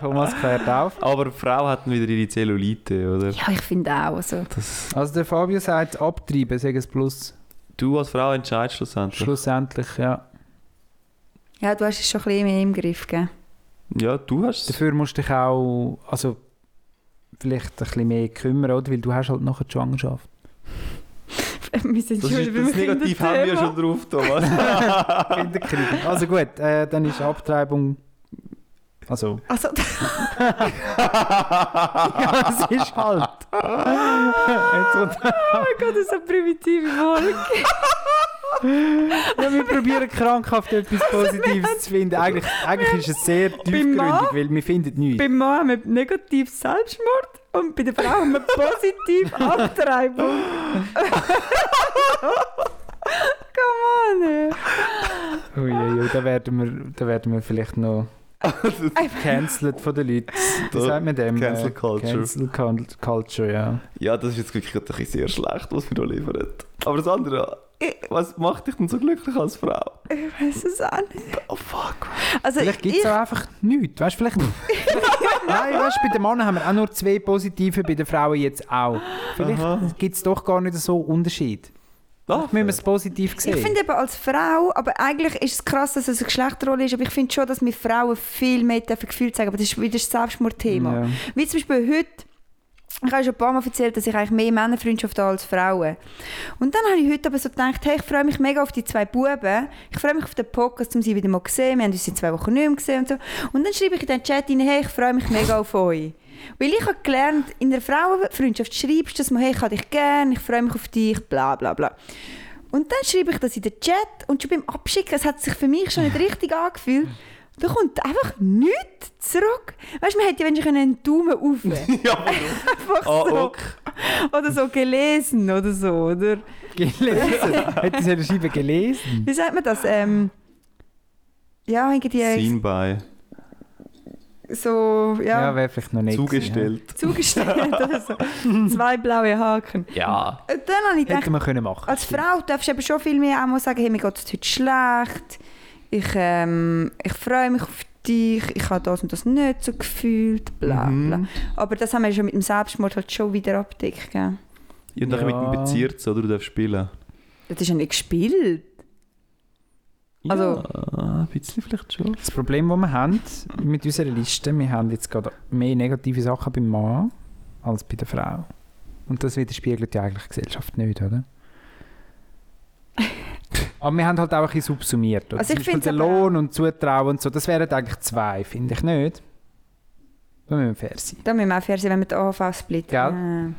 C: Thomas klärt auf.
E: Aber die Frau hat dann wieder ihre Zellulite, oder?
D: ja, ich finde auch. Also.
E: Das,
C: Also der Fabio sagt, abtreiben, sagen es Plus.
E: du als Frau entscheidest schlussendlich.
C: Schlussendlich, ja.
D: Ja, du hast es schon ein bisschen mehr im Griff, gell?
E: Ja, du hast es.
C: Dafür musst du dich auch, also vielleicht ein bisschen mehr kümmern, oder? Weil du hast halt noch eine Schwangerschaft.
D: Wir sind
E: Das,
D: schon
E: ist,
D: wieder
E: das
D: beim
E: Negativ haben wir
D: Kinderthema.
E: schon drauf, Thomas.
C: Kinderkrieg. Also gut, äh, dann ist Abtreibung... Also,
D: Also,
C: ja, es ist halt. Jetzt unter-
D: oh mein Gott, das ist so primitive Folge.
C: ja, wir probieren krankhaft etwas Positives zu finden. Eigentlich, eigentlich ist es sehr
D: Mann-
C: tiefgründig, weil wir finden nichts.
D: Beim Mann haben wir negativ Selbstmord Und bei der Frau haben wir positiv Abtreibung. Come on, ey.
C: Uiuiui, da werden wir, da werden wir vielleicht noch cancelled von den Leuten. Wie
E: Da-
C: sagt man dem?
E: Cancel
C: Äh,
E: Culture.
C: Cancel Cul- Culture, ja.
E: Ja, das ist jetzt wirklich gerade ein bisschen sehr schlecht, was wir da liefern. Aber das andere, was macht dich denn so glücklich als Frau?
D: Ich weiß es auch nicht.
E: Oh fuck.
D: Also,
C: Vielleicht gibt es
D: ich-
C: auch einfach nichts, weißt du, vielleicht nicht. Nein, weißt du, bei den Männern haben wir auch nur zwei positive, bei den Frauen jetzt auch.
E: Aha.
C: Vielleicht gibt es doch gar nicht so einen Unterschied.
E: Ah,
C: Vielleicht müssen wir es positiv sehen.
D: Ich finde eben als Frau, aber eigentlich ist es krass, dass es eine Geschlechterrolle ist, aber ich finde schon, dass wir Frauen viel mehr dürfen Gefühle zeigen, aber das ist wieder das Selbstmordthema.
C: Ja.
D: Wie zum Beispiel heute, ich habe schon ein paar Mal erzählt, dass ich eigentlich mehr Männerfreundschaft habe als Frauen. Und dann habe ich heute aber so gedacht, hey, ich freue mich mega auf die zwei Buben, ich freue mich auf den Podcast, um sie wieder mal zu sehen, wir haben uns in zwei Wochen nicht mehr gesehen und so. Und dann schreibe ich in den Chat rein, hey, ich freue mich mega auf euch. Weil ich habe gelernt, in einer Frauenfreundschaft schreibst du das mal, hey, ich habe dich gern, ich freue mich auf dich, bla bla bla. Und dann schreibe ich das in den Chat und schon beim Abschicken, es hat sich für mich schon nicht richtig angefühlt. Da kommt einfach nichts zurück. Weißt du, man hätte ja wenigstens einen Daumen auf.
E: Ja,
D: Einfach
E: ah,
D: so.
E: okay.
D: Oder so gelesen oder so, oder?
C: Gelesen. Hätte sie eine Scheibe gelesen?
D: Wie sagt man das? Ähm, ja, irgendwie
E: Seen by.
D: so
C: Ja,
D: ja,
C: wäre vielleicht noch nicht.
E: Zugestellt.
D: zugestellt oder so. Zwei blaue Haken.
E: Ja.
D: Und dann habe ich
C: Ja.
D: gedacht,
C: Hätten wir können machen.
D: Als Frau darfst du eben schon viel mehr auch mal sagen, hey, mir geht es heute schlecht, ich, ähm, ich freue mich auf dich, ich habe das und das nicht so gefühlt, bla bla.
E: Mhm.
D: Aber das haben wir schon mit dem Selbstmord halt schon wieder abgedeckt. Gell?
E: Ja, Und dann
C: Ja.
E: mit dem Bezirz, oder? Du darfst spielen.
D: Das ist ja nicht gespielt. Also-
E: Ja, ein bisschen vielleicht schon.
C: Das Problem, das wir haben mit unserer Liste, wir haben jetzt gerade mehr negative Sachen beim Mann als bei der Frau. Und das widerspiegelt ja eigentlich die Gesellschaft nicht, oder? Aber wir haben halt auch ein bisschen subsumiert. Oder?
D: Also
C: Zum
D: ich
C: Beispiel
D: find's
C: der
D: aber auch-
C: Lohn und Zutrauen und so, das wären eigentlich zwei, finde ich nicht. Da müssen wir fair sein.
D: Da müssen wir auch fair sein, wenn wir die AHV splitten.
C: Gell?
D: Ja.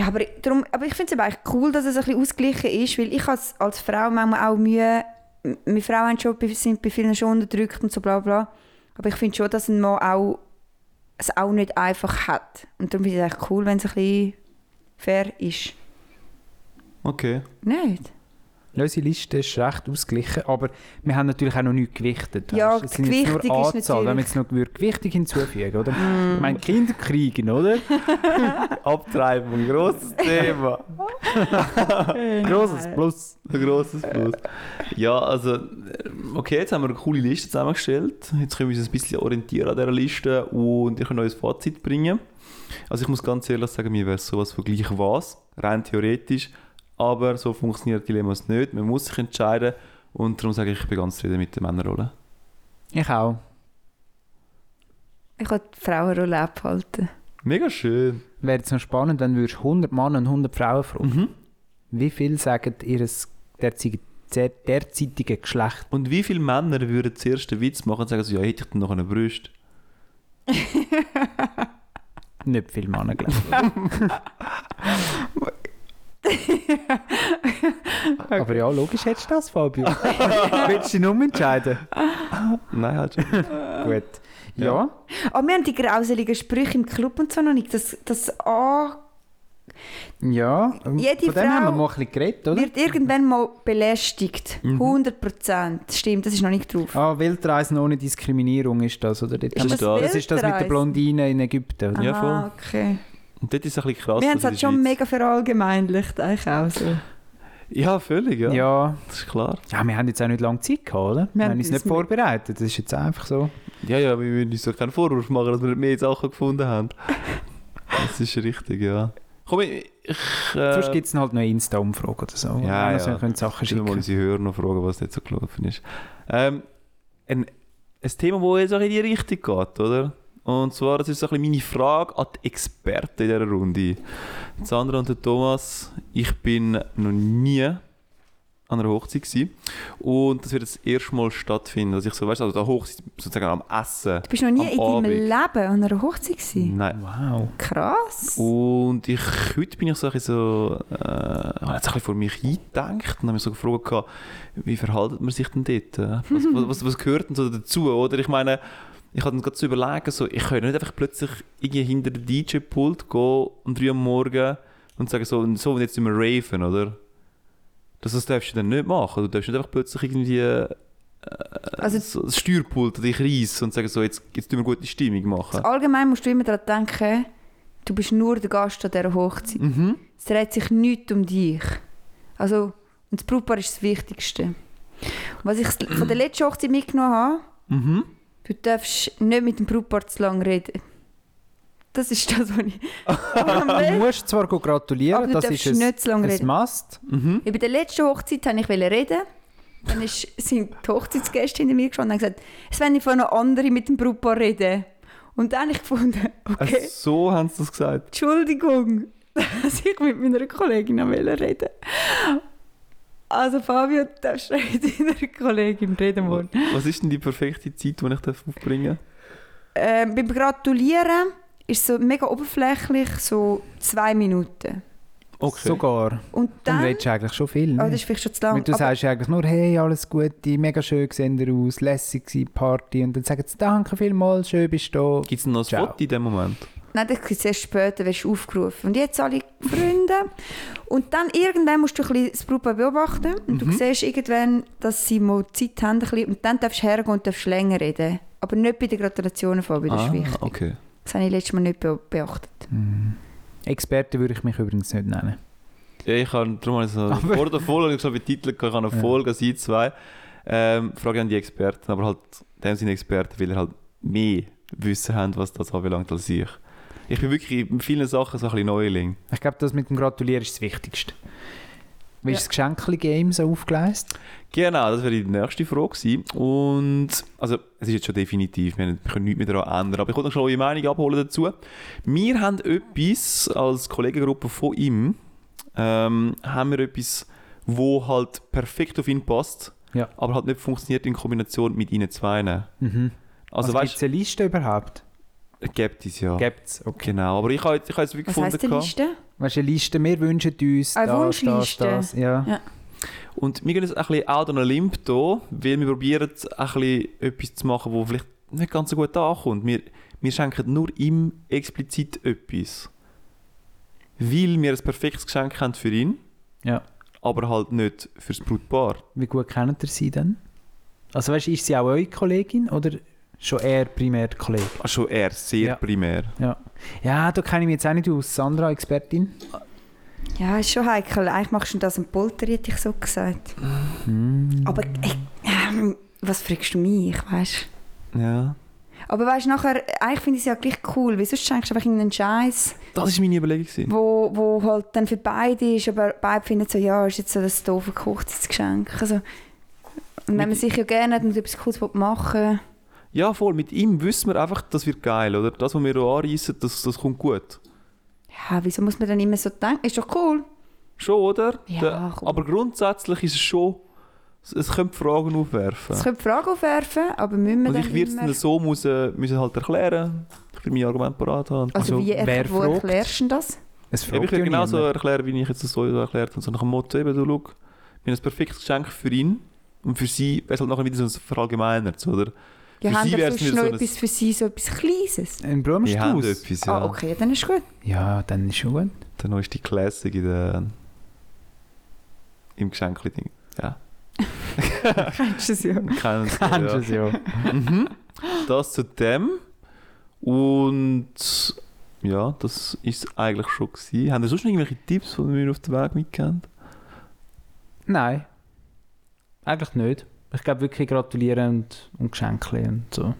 D: Ja, aber, darum, aber ich finde es aber eigentlich cool, dass es ein bisschen ausgeglichen ist, weil ich als, als Frau manchmal auch Mühe, m- wir Frauen haben schon, bei- sind bei vielen schon unterdrückt und so bla bla, aber ich finde schon, dass ein Mann auch, es auch nicht einfach hat. Und darum finde ich es eigentlich cool, wenn es ein bisschen fair ist.
E: Okay.
D: Nicht?
C: Unsere Liste ist recht ausgeglichen, aber wir haben natürlich auch noch nichts gewichtet.
D: Ja,
C: weißt du? Es sind jetzt
D: gewichtig
C: nur
D: ist Hm.
C: Anzahl, Wenn wir jetzt noch würd gewichtig hinzufügen, oder? Ich meine, Kinder kriegen, oder?
E: Abtreibung, grosses Thema.
C: Großes Plus.
E: Ein grosses Plus. Ja, also, äh, okay, jetzt haben wir eine coole Liste zusammengestellt. Jetzt können wir uns ein bisschen orientieren an dieser Liste und ich kann euch ein Fazit bringen. Also, ich muss ganz ehrlich sagen, mir wäre sowas von gleich was, rein theoretisch. Aber so funktionieren Dilemmas nicht. Man muss sich entscheiden und darum sage ich, ich bin ganz zufrieden mit der Männerrolle.
C: Ich auch.
D: Ich kann die Frauenrolle abhalten.
E: Mega schön.
C: Wäre jetzt noch spannend, wenn würdest 100 Männer und 100 Frauen fragen. Wie viele sagen ihr derzeitige, der- derzeitige Geschlecht?
E: Und wie viele Männer würden zuerst einen Witz machen und sagen, so, ja, hätte ich dann noch eine Brust?
C: Nicht viele Männer, glaube ich. Aber ja, logisch hättest du das, Fabio. Willst du dich nur entscheiden?
E: Nein, halt schon.
C: Gut.
E: Ja.
C: Ja.
D: Aber Ah, wir haben die grauseligen Sprüche im Club und so noch nicht. Das, das A
C: Ja, ähm,
D: Jede
C: von dem haben wir
D: Frau
C: mal ein bisschen geredet, oder?
D: wird irgendwann mal belästigt.
E: Mhm.
D: 100 Prozent. Stimmt, das ist noch nicht drauf.
C: Ah, Wildreisen ohne Diskriminierung ist das, oder? Dort haben
E: das
C: wir- das ist das mit der
D: Wildreisen?
C: Blondine in Ägypten, oder?
E: Ja,
D: Ah, okay.
E: Und dort ist es ein bisschen krass.
D: Wir haben
E: dass in
D: es halt
E: der
D: schon
E: Schweiz-
D: mega verallgemeinlicht, eigentlich auch so.
E: Ja, völlig, ja.
C: Ja. ja.
E: Das ist klar.
C: wir haben jetzt auch nicht lange Zeit gehabt, oder? Wir,
D: Wir
C: haben
D: haben
C: uns nicht
D: uns mit-
C: vorbereitet, das ist jetzt einfach so.
E: Ja, ja, wir würden uns doch keinen Vorwurf machen, dass wir nicht mehr Sachen gefunden haben. Das ist richtig, ja. Komm, ich. ich äh,
C: Sonst gibt es halt noch eine Insta-Umfrage oder so.
E: Ja,
C: also,
E: ja.
C: Wir können Sachen
E: können wir mal
C: schicken.
E: unsere Hörer noch fragen, was nicht so gelaufen ist. Ähm, ein, ein Thema, das jetzt auch in die Richtung geht, oder? Und zwar, das ist so ein bisschen meine Frage an die Experten in dieser Runde. Sandra und der Thomas, ich bin noch nie an einer Hochzeit gewesen. Und das wird das erste Mal stattfinden. Also ich so, weißt du, also der Hochzeit sozusagen am Essen.
D: Du bist noch nie
E: Am
D: in deinem
E: Abend. Mhm.
D: Leben an einer Hochzeit gewesen.
E: Nein.
C: Wow.
D: Krass.
E: Oh. Und ich, heute bin ich so ein bisschen so, äh, habe jetzt ein bisschen vor mich eingedenkt und habe mich so gefragt, gehabt, wie verhaltet man sich denn dort? äh? Was, was, was, was gehört denn so dazu, oder? Ich meine, ich hatte mir gerade zu überlegen, so, ich könnte nicht einfach plötzlich irgendwie hinter den DJ-Pult gehen um 3 Uhr am Morgen und sagen so, und so und jetzt sind wir raven, oder? Das, das darfst du dann nicht machen. Du darfst nicht einfach plötzlich irgendwie äh,
D: Also-
E: so das Steuerpult dich reissen und sagen so, jetzt, jetzt tun wir gute Stimmung machen.
D: Allgemein musst du immer daran denken, du bist nur der Gast an dieser Hochzeit.
E: Mhm.
D: Es dreht sich nichts um dich. Also, und das Brautpaar ist das Wichtigste. Und was ich von der letzten Hochzeit mitgenommen habe,
E: Mhm.
D: du darfst nicht mit dem Brautpaar zu lange reden. Das ist das, was ich... am
C: Du
D: besten-
C: musst zwar gut gratulieren,
D: Aber du
C: das
D: darfst
C: ist ein,
D: nicht zu lange
C: ein
D: reden.
C: Must.
E: Mhm.
D: Ja, bei der letzten Hochzeit wollte ich reden. Dann ist, sind die Hochzeitsgäste hinter mir gestanden und haben gesagt, es wollen vorhin noch andere mit dem Brautpaar reden. Und dann habe ich gefunden, okay,
E: Also, so haben sie das gesagt.
D: Entschuldigung, dass ich mit meiner Kollegin noch reden wollte. Also Fabio, du darfst mit deiner Kollegin reden wollen.
E: Was ist denn die perfekte Zeit, die ich darf aufbringen
D: Ähm, beim Gratulieren ist so mega oberflächlich, so zwei Minuten.
E: darf? Okay.
C: Sogar.
D: Und
C: Dann
D: dann...
C: redest du eigentlich schon viel. ne?
D: Oh, das ist vielleicht schon zu
C: Weil
D: lang.
C: du
D: aber-
C: sagst ja eigentlich nur, hey, alles Gute, mega schön sehen ihr aus, lässig gewesen, Party. Und dann sagen sie, danke vielmals, schön bist du da.
E: Gibt es noch ein
C: Ciao.
E: Foto in dem Moment?
D: Nein, das sieht erst später, wirst du aufgerufen. Und jetzt alle Freunde. Und dann irgendwann musst du ein bisschen das Brautpaar beobachten. Und du siehst irgendwann, dass sie mal Zeit haben. Ein bisschen. Und dann darfst du hergehen und darfst länger reden. Aber nicht bei den Gratulationen, Fabio,
E: Ah,
D: das ist wichtig.
E: okay.
D: Das habe ich letztes Mal nicht be beachtet.
E: Mhm.
C: Experte würde ich mich übrigens nicht nennen.
E: Ja, ich habe, darum habe ich so,
C: Aber-
E: vor der Folge habe ich so betitelt, ich habe eine
C: Ja.
E: Folge, Seite 2, ähm, Frage an die Experten, aber halt, in dem sind Experten, weil er halt mehr Wissen haben, was das anbelangt als ich. Ich bin wirklich in vielen Sachen so ein bisschen Neuling.
C: Ich glaube, das mit dem Gratulieren ist das Wichtigste. Wie
D: Ja.
C: ist das Geschenkli-Game so aufgeleistet?
E: Genau, das wäre die nächste Frage gewesen. Und, also, es ist jetzt schon definitiv, wir haben- wir können nichts mehr daran ändern, aber ich wollte noch schon eure Meinung abholen dazu. Wir haben etwas, als Kollegengruppe von ihm, ähm, haben wir etwas, wo halt perfekt auf ihn passt,
C: Ja.
E: aber halt nicht funktioniert in Kombination mit ihnen zweien.
C: Mhm.
E: Also,
C: Also, gibt
E: weißt
C: es eine Liste überhaupt?
E: du, gibt es ja.
C: Ja. Gibt es, okay.
E: Genau, aber ich habe jetzt, ich habe jetzt wirklich
D: Was heisst die
E: gefunden. gehabt-
D: Liste?
C: Weißt du, eine Liste, wir wünschen uns
D: Eine
C: das, das,
D: Wunschliste.
C: das. Ja.
D: Ja.
E: Und wir gehen jetzt ein bisschen out on a limb hier, weil wir probieren ein bisschen etwas zu machen, wo vielleicht nicht ganz so gut ankommt. Wir, wir schenken nur ihm explizit etwas. Weil wir ein perfektes Geschenk haben für ihn,
C: Ja.
E: aber halt nicht fürs Brutpaar.
C: Wie gut kennt ihr sie denn? Also weißt du, ist sie auch eure Kollegin oder schon eher primär die Kollegin?
E: Also er sehr
C: Ja.
E: primär.
C: Ja, da kenne ich mich jetzt auch nicht aus. Sandra, Expertin.
D: Ja, ist schon heikel. Eigentlich machst du das am Polter, hätte ich so gesagt. Aber ey, ähm, was fragst du mich, weißt du?
E: Ja.
D: Aber weißt du, nachher, eigentlich finde ich es ja gleich cool, weil sonst schenkst du einfach irgendeinen Scheiß.
E: Das war meine Überlegung. gewesen.
D: wo, wo halt dann für beide ist, aber beide finden so, ja, ist jetzt so das doofe Hochzeitsgeschenk. Also, und wenn man sich ja gerne hat und etwas Cooles will machen
E: Ja, voll. Mit ihm wissen wir einfach, das wird geil, oder? Das, was wir hier anreissen, das, das kommt gut.
D: ja, wieso muss man dann immer so denken? Ist doch cool.
E: Schon, oder?
D: Ja, komm.
E: aber grundsätzlich ist es schon... es- Es könnte Fragen aufwerfen.
D: Das könnte Fragen aufwerfen, aber müssen wir
E: Und
D: dann
E: Also ich würde es
D: immer...
E: dann so müssen, müssen halt erklären. Ich würde mein Argument parat haben.
D: Also, wie
C: wer
D: er, wo
C: fragt?
D: erklärst du denn das?
C: Es
E: Eben, ich
C: fragt ja
E: würde genauso
C: niemand.
E: erklären, wie ich jetzt das so erklärt habe. So nach dem Motto, eben, du, schau, wir haben ein perfektes Geschenk für ihn. Und für sie wäre es halt nachher wieder so ein Verallgemeinertes, oder?
D: Ja,
E: Für
D: haben
E: sie
D: wir
E: wär's
D: sonst
E: wieder
D: noch
E: so ein-
D: etwas für sie, so etwas Kleines?
C: Ein
E: Wir haben
C: Blumenstrauß?
E: etwas, ja.
D: Ah, okay, ja, dann ist gut.
C: Ja, dann ist schon gut.
E: Der neueste Classic in der, im Geschenkli-Ding. Ja.
D: Kennst du es ja.
E: Kennen Sie,
C: Kannst
E: ja.
C: es ja.
E: mhm. Das zu dem. Und ja, das ist es eigentlich schon. Gewesen. Haben ihr sonst noch irgendwelche Tipps, die wir auf dem Weg mitgeben?
C: Nein. Eigentlich nicht. Ich glaube wirklich gratulieren und, und Geschenke und so.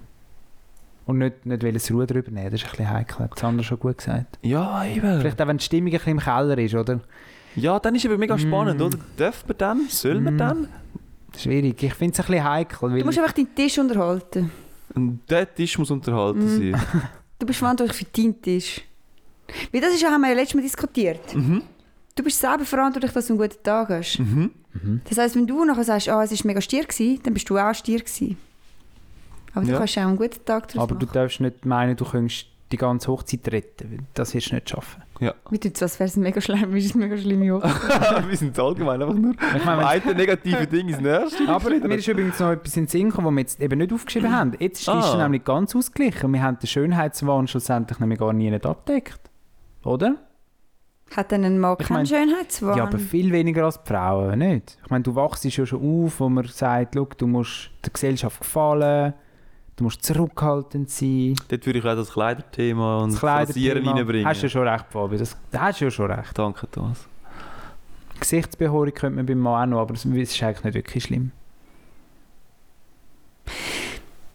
C: Und nicht, nicht wollen das Ruder übernehmen, das ist ein bisschen heikel. Hat Sandra schon gut gesagt.
E: Ja, eben.
C: Vielleicht auch, wenn die Stimmung ein bisschen im Keller ist, oder?
E: Ja, dann ist eben mega
C: Mm.
E: spannend, oder? Dürfen wir dann? Sollen
C: Mm.
E: wir dann?
C: Schwierig. Ich finde es ein bisschen heikel,
D: Du musst
C: weil...
D: einfach deinen Tisch unterhalten.
E: Und der Tisch muss unterhalten
D: Mm.
E: sein.
D: Du bist verantwortlich für deinen Tisch. Weil das ist ja, haben wir ja letztes Mal diskutiert.
E: Mhm.
D: Du bist selber verantwortlich, dass du einen guten Tag hast.
E: Mhm.
C: Mhm.
D: Das heisst, wenn du nachher sagst, ah, es war mega Stier, gewesen, dann bist du auch Stier. Gewesen. Aber
E: Ja.
D: du kannst auch einen guten Tag draus
C: Aber du
D: machen.
C: darfst nicht meinen, du könntest die ganze Hochzeit retten. weil Das wirst du nicht schaffen.
D: Mit dem was wäre es mega schlimm, ist es mega schlimm, ja.
E: wir sind allgemein einfach nur
C: Ich meine,
E: ein negatives Ding ins nächste.
C: Aber mir ist übrigens noch etwas in den Sinn gekommen, das wir jetzt eben nicht aufgeschrieben haben. Jetzt ist die Liste
E: Ah.
C: nämlich ganz ausgeglichen. Wir haben den Schönheitswahn schlussendlich nämlich gar nie nicht abgedeckt. Oder?
D: Hat dann ein Mann
C: Ich
D: keinen
C: mein-
D: Schönheitswahn?
C: Ja, aber viel weniger als die Frauen, nicht? Ich meine, du wachst ja schon auf, wo man sagt, «Schau, du musst der Gesellschaft gefallen, du musst zurückhaltend sein.
E: Dort würde ich auch das Kleiderthema und das Rasieren
C: Kleiderthema.
E: reinbringen.
C: Hast du ja schon recht, Fabi. Das, da hast du ja schon recht.
E: Danke, Thomas.
C: Gesichtsbehaarung könnte man beim Mann auch noch, aber das ist eigentlich nicht wirklich schlimm.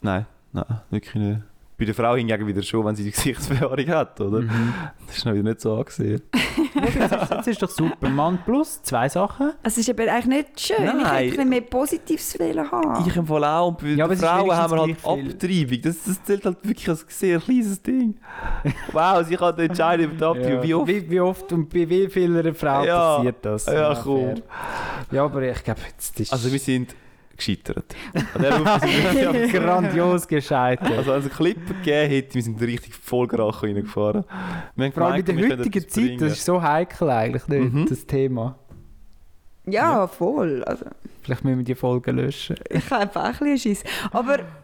E: Nein, nein, wirklich nicht. Bei der Frau hingegen wieder schon, wenn sie die Gesichtsbehaarung hat, oder?
C: Mhm.
E: Das ist noch wieder nicht so angesehen.
C: Das ist doch super. Mann plus, zwei Sachen.
D: Es ist eben eigentlich nicht schön. Ich hätte
E: Nein.
D: ein bisschen mehr Positives wollen haben.
E: Ah. Ich empfehle auch, und bei
C: Ja, aber
E: den
C: es ist
E: Frauen
C: wenigstens
E: haben wir halt
C: gleich viel.
E: Abtreibung. Das, das zählt halt wirklich als sehr kleines Ding. Wow, sie kann entscheiden über die Abtreibung. Wie oft?
C: Wie, wie oft und bei wie vielen Frauen
E: Ja.
C: passiert das?
E: Ja,
C: ungefähr?
E: komm.
C: Ja, aber ich glaube, jetzt ist
E: Also wir sind gescheitert.
C: Also,
E: An der Aufgabe sind wir
C: ja grandios gescheitert.
E: Also wenn es einen Clip gegeben hätte, wir sind richtig voll Gracho reingefahren. Wir haben
C: Vor allem in
E: gemerkt,
C: der
E: wir können
C: heutigen
E: etwas
C: Zeit, das ist so heikel eigentlich, nicht,
E: Mhm.
C: das Thema.
D: ja, voll. Also,
C: Vielleicht müssen wir die Folge löschen.
D: ich habe einfach auch ein bisschen Schiss. Aber
E: Ah.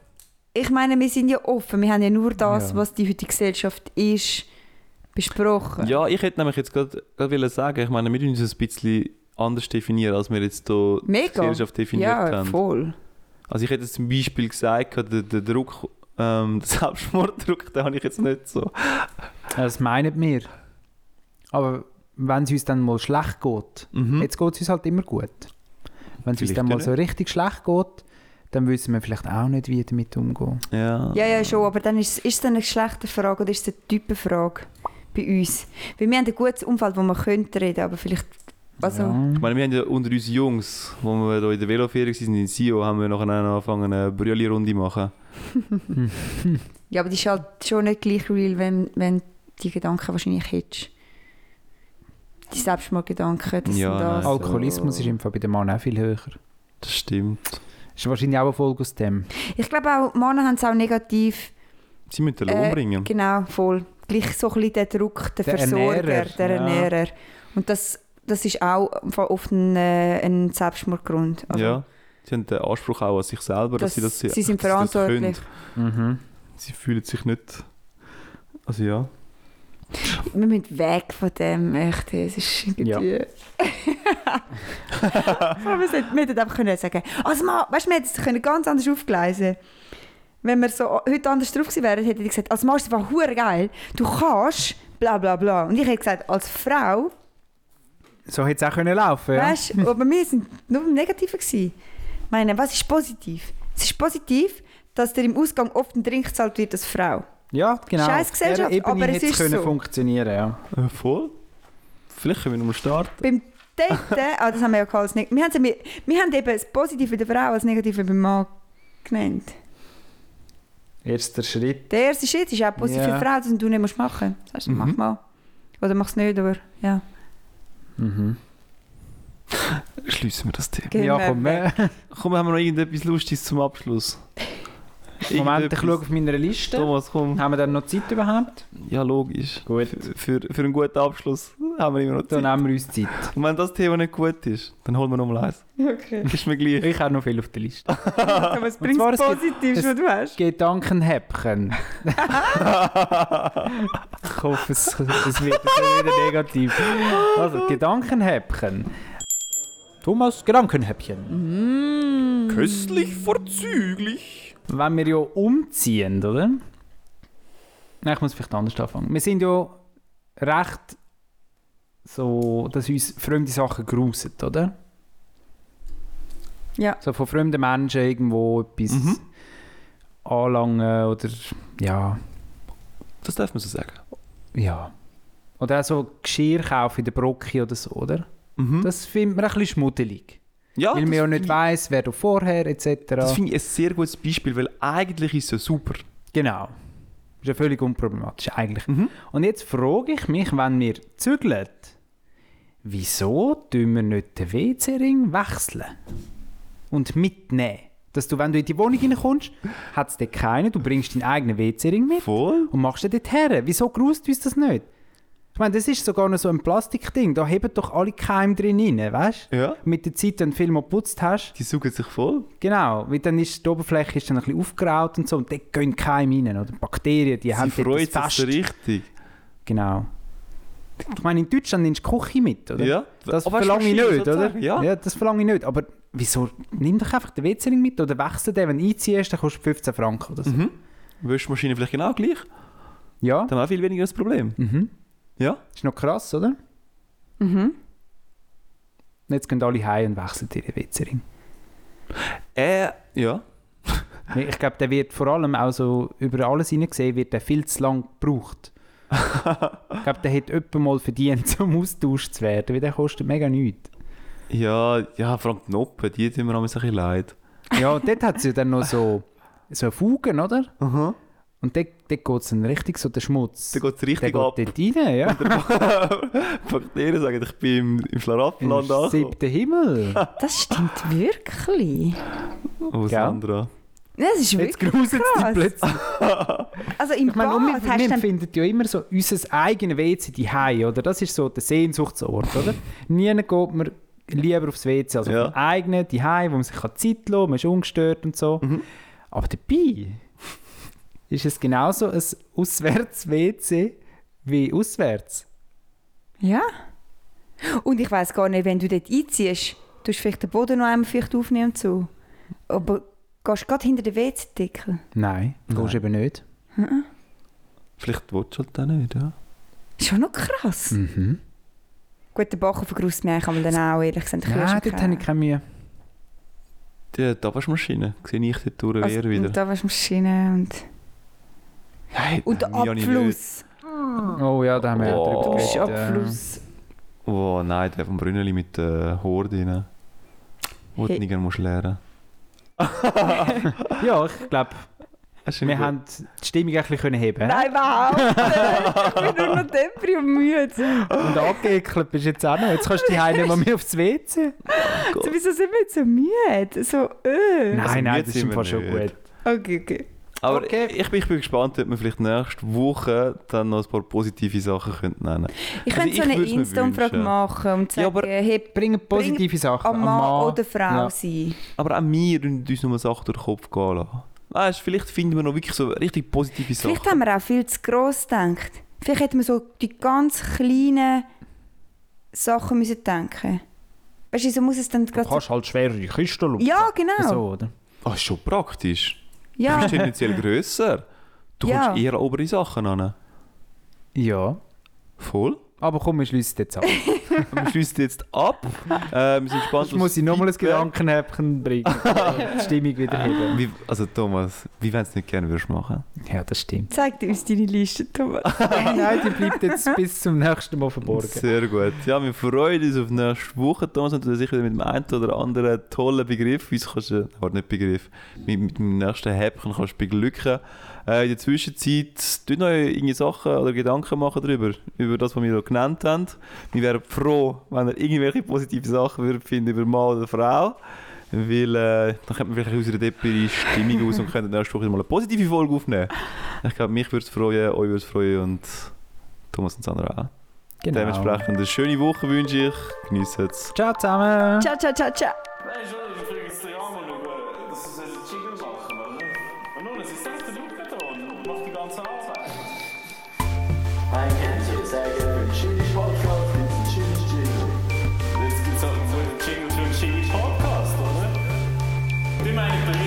D: ich meine, wir sind ja offen. Wir haben ja nur das,
C: Ja.
D: was die heutige Gesellschaft ist, besprochen.
E: Ja, ich hätte nämlich jetzt gerade gerade wollen sagen, ich meine, wir müssen es ein bisschen anders definieren, als wir jetzt hier die
D: Mega.
E: Gesellschaft definiert
D: Ja,
E: haben.
D: voll.
E: Also ich hätte jetzt zum Beispiel gesagt, der, der Druck, ähm, der Selbstmorddruck, den habe ich jetzt nicht so.
C: Das meinen wir. Aber wenn es uns dann mal schlecht geht,
E: Mhm.
C: jetzt geht es uns halt immer gut. Wenn es uns
E: Vielleicht
C: dann mal
E: ja
C: so richtig schlecht geht, dann wissen wir vielleicht auch nicht, wie damit umgehen.
E: Ja.
D: Ja, ja, schon. Aber dann ist, ist es dann eine Geschlechterfrage oder ist es eine Typenfrage bei uns? Weil wir haben ein gutes Umfeld, wo wir können reden, aber vielleicht... Also,
E: Ich meine, wir haben ja unter uns Jungs, wo wir da in der Veloferie waren in Sio, haben wir nachher auch angefangen, eine Brülli-Runde zu machen.
D: Ja, aber das ist halt schon nicht gleich real, wenn, wenn du die Gedanken wahrscheinlich hättest. Die Selbstmordgedanken, das
E: Ja,
D: und
E: nein.
C: also-
D: das.
C: Alkoholismus ist im Fall bei dem Mann auch viel höher.
E: Das stimmt.
C: Ist wahrscheinlich auch eine Folge aus dem.
D: Ich glaube auch, Männer haben es auch negativ.
E: Sie müssen ihn
D: Äh,
E: umbringen.
D: Genau, voll. Gleich so ein bisschen der Druck, der,
C: Der
D: Versorger,
C: Ernährer,
D: der
C: ja.
D: Ernährer. Und das, das ist auch oft ein, äh, ein Selbstmordgrund. Also,
E: ja. Sie haben den Anspruch auch an sich selber, dass,
D: dass
E: sie das
D: sie sind
E: dass das können.
D: verantwortlich.
C: Mhm.
E: Sie fühlen sich nicht. Also ja.
D: Wir müssen weg von dem, echt. Es ist irgendwie... Aber wir sollten- wir hätten einfach können sagen also Mann, weißt du, wir hätten es können ganz anders aufgleisen Wenn wir so heute anders drauf gewesen wären, hätte ich gesagt, als Mann ist es einfach hure geil, du kannst, bla bla bla. Und ich hätte gesagt, als Frau,
C: So hätte es auch können laufen ja.
D: weißt du, aber wir sind nur im Negativen gewesen. Ich meine, was ist positiv? Es ist positiv, dass dir im Ausgang oft ein Drink gezahlt wird als Frau.
C: Ja, genau.
D: Scheiß
C: Auf dieser
D: Gesellschaft,
C: Ebene
D: aber es
C: hätte
D: ist
C: können
D: so.
C: funktionieren, ja.
E: Äh, voll. Vielleicht können wir nochmal starten.
D: Beim Daten, ah, das haben wir ja gehabt, als Neg- wir, haben, es ja- wir, wir haben eben das Positive der Frau als Negative beim Mann genannt.
C: Erster Schritt.
D: Der erste Schritt ist auch positiv
C: Ja.
D: für Frauen, dass du nicht musst machen musst. Sagst du, mach
E: Mhm.
D: mal. Oder mach es nicht, aber ja.
C: Mhm.
E: Schließen wir das Thema.
D: Gehen
C: Ja,
D: wir
C: komm,
D: weg.
C: äh,
E: Komm, haben wir noch irgendetwas Lustiges zum Abschluss?
C: Moment, ich
E: Irgendetwas-
C: schaue auf meiner Liste.
E: Thomas, komm.
C: Haben wir dann noch Zeit überhaupt?
E: Ja, logisch.
C: Gut.
E: Für, für einen guten Abschluss haben wir immer noch
C: Dann
E: Zeit.
C: nehmen wir uns Zeit.
E: Und wenn das Thema nicht gut ist, dann holen wir nochmal eins.
D: Okay.
E: Ist mir gleich.
C: Ich habe noch viel auf der Liste.
D: Was bringst
C: zwar,
D: du
C: es gibt-
D: Positives,
C: es-
D: was du hast?
C: Gedankenhäppchen. ich hoffe, es, es wird so wieder negativ. Also, Gedankenhäppchen. Thomas, Gedankenhäppchen.
E: Köstlich vorzüglich.
C: Wenn wir ja umziehen, oder? Nein, ich muss vielleicht anders anfangen. Wir sind ja recht so, dass uns fremde Sachen grusen, oder?
D: Ja.
C: So von fremden Menschen irgendwo etwas
E: Mhm.
C: anlangen oder ja,
E: Das darf man so sagen.
C: ja. Oder auch so Geschirr kaufen in der Brocke oder so, oder?
E: Mhm.
C: Das findet man ein bisschen schmuddelig.
E: ja,
C: weil man ja
E: finde
C: nicht
E: ich-
C: weiss, wer du vorher
E: Das
C: etc.
E: finde ich ein sehr gutes Beispiel, weil eigentlich ist es ja super.
C: Genau. Ist ja völlig unproblematisch eigentlich.
E: Mhm.
C: Und jetzt frage ich mich, wenn wir zügeln, wieso tun wir nicht den WC-Ring wechseln und mitnehmen? Dass du, wenn du in die Wohnung reinkommst, hat es dort keinen, du bringst deinen eigenen WC-Ring mit
E: Voll?
C: und machst ihn dort her. Wieso grüßt uns das nicht? Ich meine, das ist sogar noch so ein Plastikding, da heben doch alle Keime drin rein, weißt du?
E: Ja.
C: Mit der Zeit, wenn du viel mal geputzt hast,
E: Die saugen sich voll.
C: Genau, weil dann ist die Oberfläche ist dann ein bisschen aufgeraut und so und dort gehen Keime rein oder Bakterien, die haben
E: Sie
C: dort
E: freuen
C: das
E: sich richtig.
C: Genau. Ich meine, in Deutschland nimmst du die Küche mit, oder?
E: Ja.
C: Das
E: Aber es
C: verlange ich
E: stimmt,
C: nicht, oder?
E: sozusagen, Ja.
C: das verlange ich nicht. Aber wieso? Nimm doch einfach den WC-Ring mit oder wechsel den, wenn du einziehst, dann kostet 15 Franken oder so.
E: Mhm. Wäschmaschine vielleicht genau gleich.
C: Ja,
E: Dann haben wir auch viel weniger das Problem.
C: mhm.
E: Ja.
C: ist noch krass, oder? Und
D: Mhm.
C: jetzt gehen alle heim und wechseln ihren WC-Ring.
E: Äh, ja.
C: Ich glaube, der wird vor allem auch so über alles hineingesehen, wird der viel zu lang gebraucht. ich glaube, der hätte jemand mal verdient, um austauscht zu werden, weil der kostet mega nichts.
E: Ja, ja, vor allem die Noppen, die tun mir auch ein bisschen leid.
C: Ja, und dort hat es ja dann noch so, so Fugen, oder?
E: Aha.
C: Und dort, dort geht es dann richtig so der Schmutz.
E: Da geht es richtig
C: der
E: ab.
C: geht dort rein, ja.
E: Die Bakterien sagen, ich bin im, im Schlaraffenland
C: Im
E: angekommen.
C: siebten Himmel.
D: Das stimmt wirklich.
E: Oh,
C: Gell?
E: Sandra.
D: Ja, Das ist
C: Jetzt
D: wirklich
C: gruselt es dich
D: krass.
C: plötzlich.
D: Also im
C: Ich meine, und
D: Bad
C: wir, wir
D: hast du dann
C: empfinden ja immer so unser eigenes WC die Hause, oder? Das ist so der Sehnsuchtsort, oder? Niemand geht man lieber aufs WC, also
E: Ja.
C: auf dem eigenen, die Hause, wo man sich kann Zeit lassen kann, man ist ungestört und so.
E: Mhm.
C: Aber dabei ist es genauso ein Auswärts-WC wie auswärts.
D: Ja. Und ich weiß gar nicht, wenn du dort einziehst, du vielleicht den Boden noch einmal vielleicht aufnehmen und so. Aber gehst du gerade hinter den WC-Deckel?
C: Nein, du gehst eben nicht.
E: Vielleicht willst du halt auch nicht, ja.
D: Schon noch krass.
E: Mhm.
D: Gut, den Bach vergrüßt mich eigentlich aber dann auch, ehrlich gesagt. Ich höre
C: Nein,
D: schon
C: dort
D: keinen.
C: habe ich keine Mühe.
E: Die Tabaschmaschine sehe ich dort durch
D: Also,
E: also, wieder.
D: Und da warst du Maschine und...
E: Nein,
D: Und der
E: Mühe habe ich nicht.
D: Abfluss.
C: Oh ja, da haben wir ja
E: Oh.
C: drüber
D: Du bist
C: geredet. ja.
D: Abfluss.
E: Oh nein, der vom Brünneli mit der Horde rein. Wo
D: Hey.
E: du nicht musst lernen.
C: Ja, ich glaube,
E: Hast du
C: wir
E: ihn gut-
C: haben die Stimmung ein bisschen können heben.
D: Nein, überhaupt nicht. Ich bin nur noch depri und müde.
C: Und angeekelt bist du jetzt auch noch. Jetzt kannst du die nicht mehr, mehr aufs WC.
D: So, wieso sind wir jetzt so müde? So, äh.
E: Also
C: Nein, nein,
E: jetzt
C: das
E: sind
C: ist im
E: wir
C: Fall schon
E: nicht.
C: gut.
D: Okay, okay.
E: Aber
C: Okay.
E: ich, bin, ich bin gespannt, ob wir vielleicht nächste Woche dann noch ein paar positive Sachen könnten nennen
D: Ich
E: Also
D: könnte so
E: ich
D: eine
E: würd's mir
D: Insta-Umfrage
E: wünschen.
D: machen und sagen,
E: Ja, aber-
D: hey,
C: Bringen positive Sachen.
D: am Mann, oder Frau
C: Ja.
D: sein.
E: Aber auch wir und uns nur Sachen durch den Kopf gehen lassen. Weißt, vielleicht finden wir noch wirklich so richtig positive Sachen.
D: Vielleicht haben wir auch viel zu gross gedacht. Vielleicht hätten wir so die ganz kleinen Sachen müssen denken Weißt du, so muss es dann gerade so...
C: halt schwerere Kisten schauen.
D: Ja, genau.
C: So, oder?
E: Ah, ist schon praktisch. Du
D: Ja,
E: bist tendenziell grösser. Du
D: Ja.
E: kommst eher an obere Sachen an.
C: Ja.
E: Voll.
C: Aber komm, wir schließen jetzt ab.
E: Wir schließen jetzt ab. Äh, wir sind gespannt.
C: Sonst muss ich nochmal ein Gedankenhäppchen bringen, um die Stimmung wieder heben.
E: Wie, also Thomas, wie wenn du es nicht gerne würdest machen?
C: Ja, das stimmt.
D: zeig dir uns deine Liste, Thomas.
C: Nein, nein, die bleibt jetzt bis zum nächsten Mal verborgen.
E: Sehr gut. Ja, wir freuen uns auf nächste Woche, Thomas, und du dann sicher wieder mit dem einen oder anderen tollen Begriff, uns kannst du, aber nicht Begriff, mit, mit dem nächsten Häppchen kannst du beglücken. Äh, in der Zwischenzeit, tut noch irgendwelche Sachen oder Gedanken machen darüber, über das, was wir hier genannt haben. Wir wären froh, wenn ihr irgendwelche positive Sachen würdet finden über Mann oder Frau. Weil äh, dann könnte man vielleicht aus einer depressiven Stimmung raus und könnte nächste Woche mal eine positive Folge aufnehmen. Ich glaube, mich würde es freuen, euch würde es freuen und Thomas und Sandra auch.
C: Genau.
E: Dementsprechend eine schöne Woche wünsche ich. Genießt es.
C: Ciao zusammen.
D: Ciao, ciao, ciao, ciao.
A: Nein, schon, ich bringe es dir an, aber das ist ein Jingle machen, oder? Und nun, es ist echt der Luftbeton und macht die ganze Arbeit.
B: I can't say it's a good Swedish podcast, it's a Swedish jingle.
A: Jetzt gibt's auch so einen Jingle für einen Jingle Podcast, oder? Die meine ich, der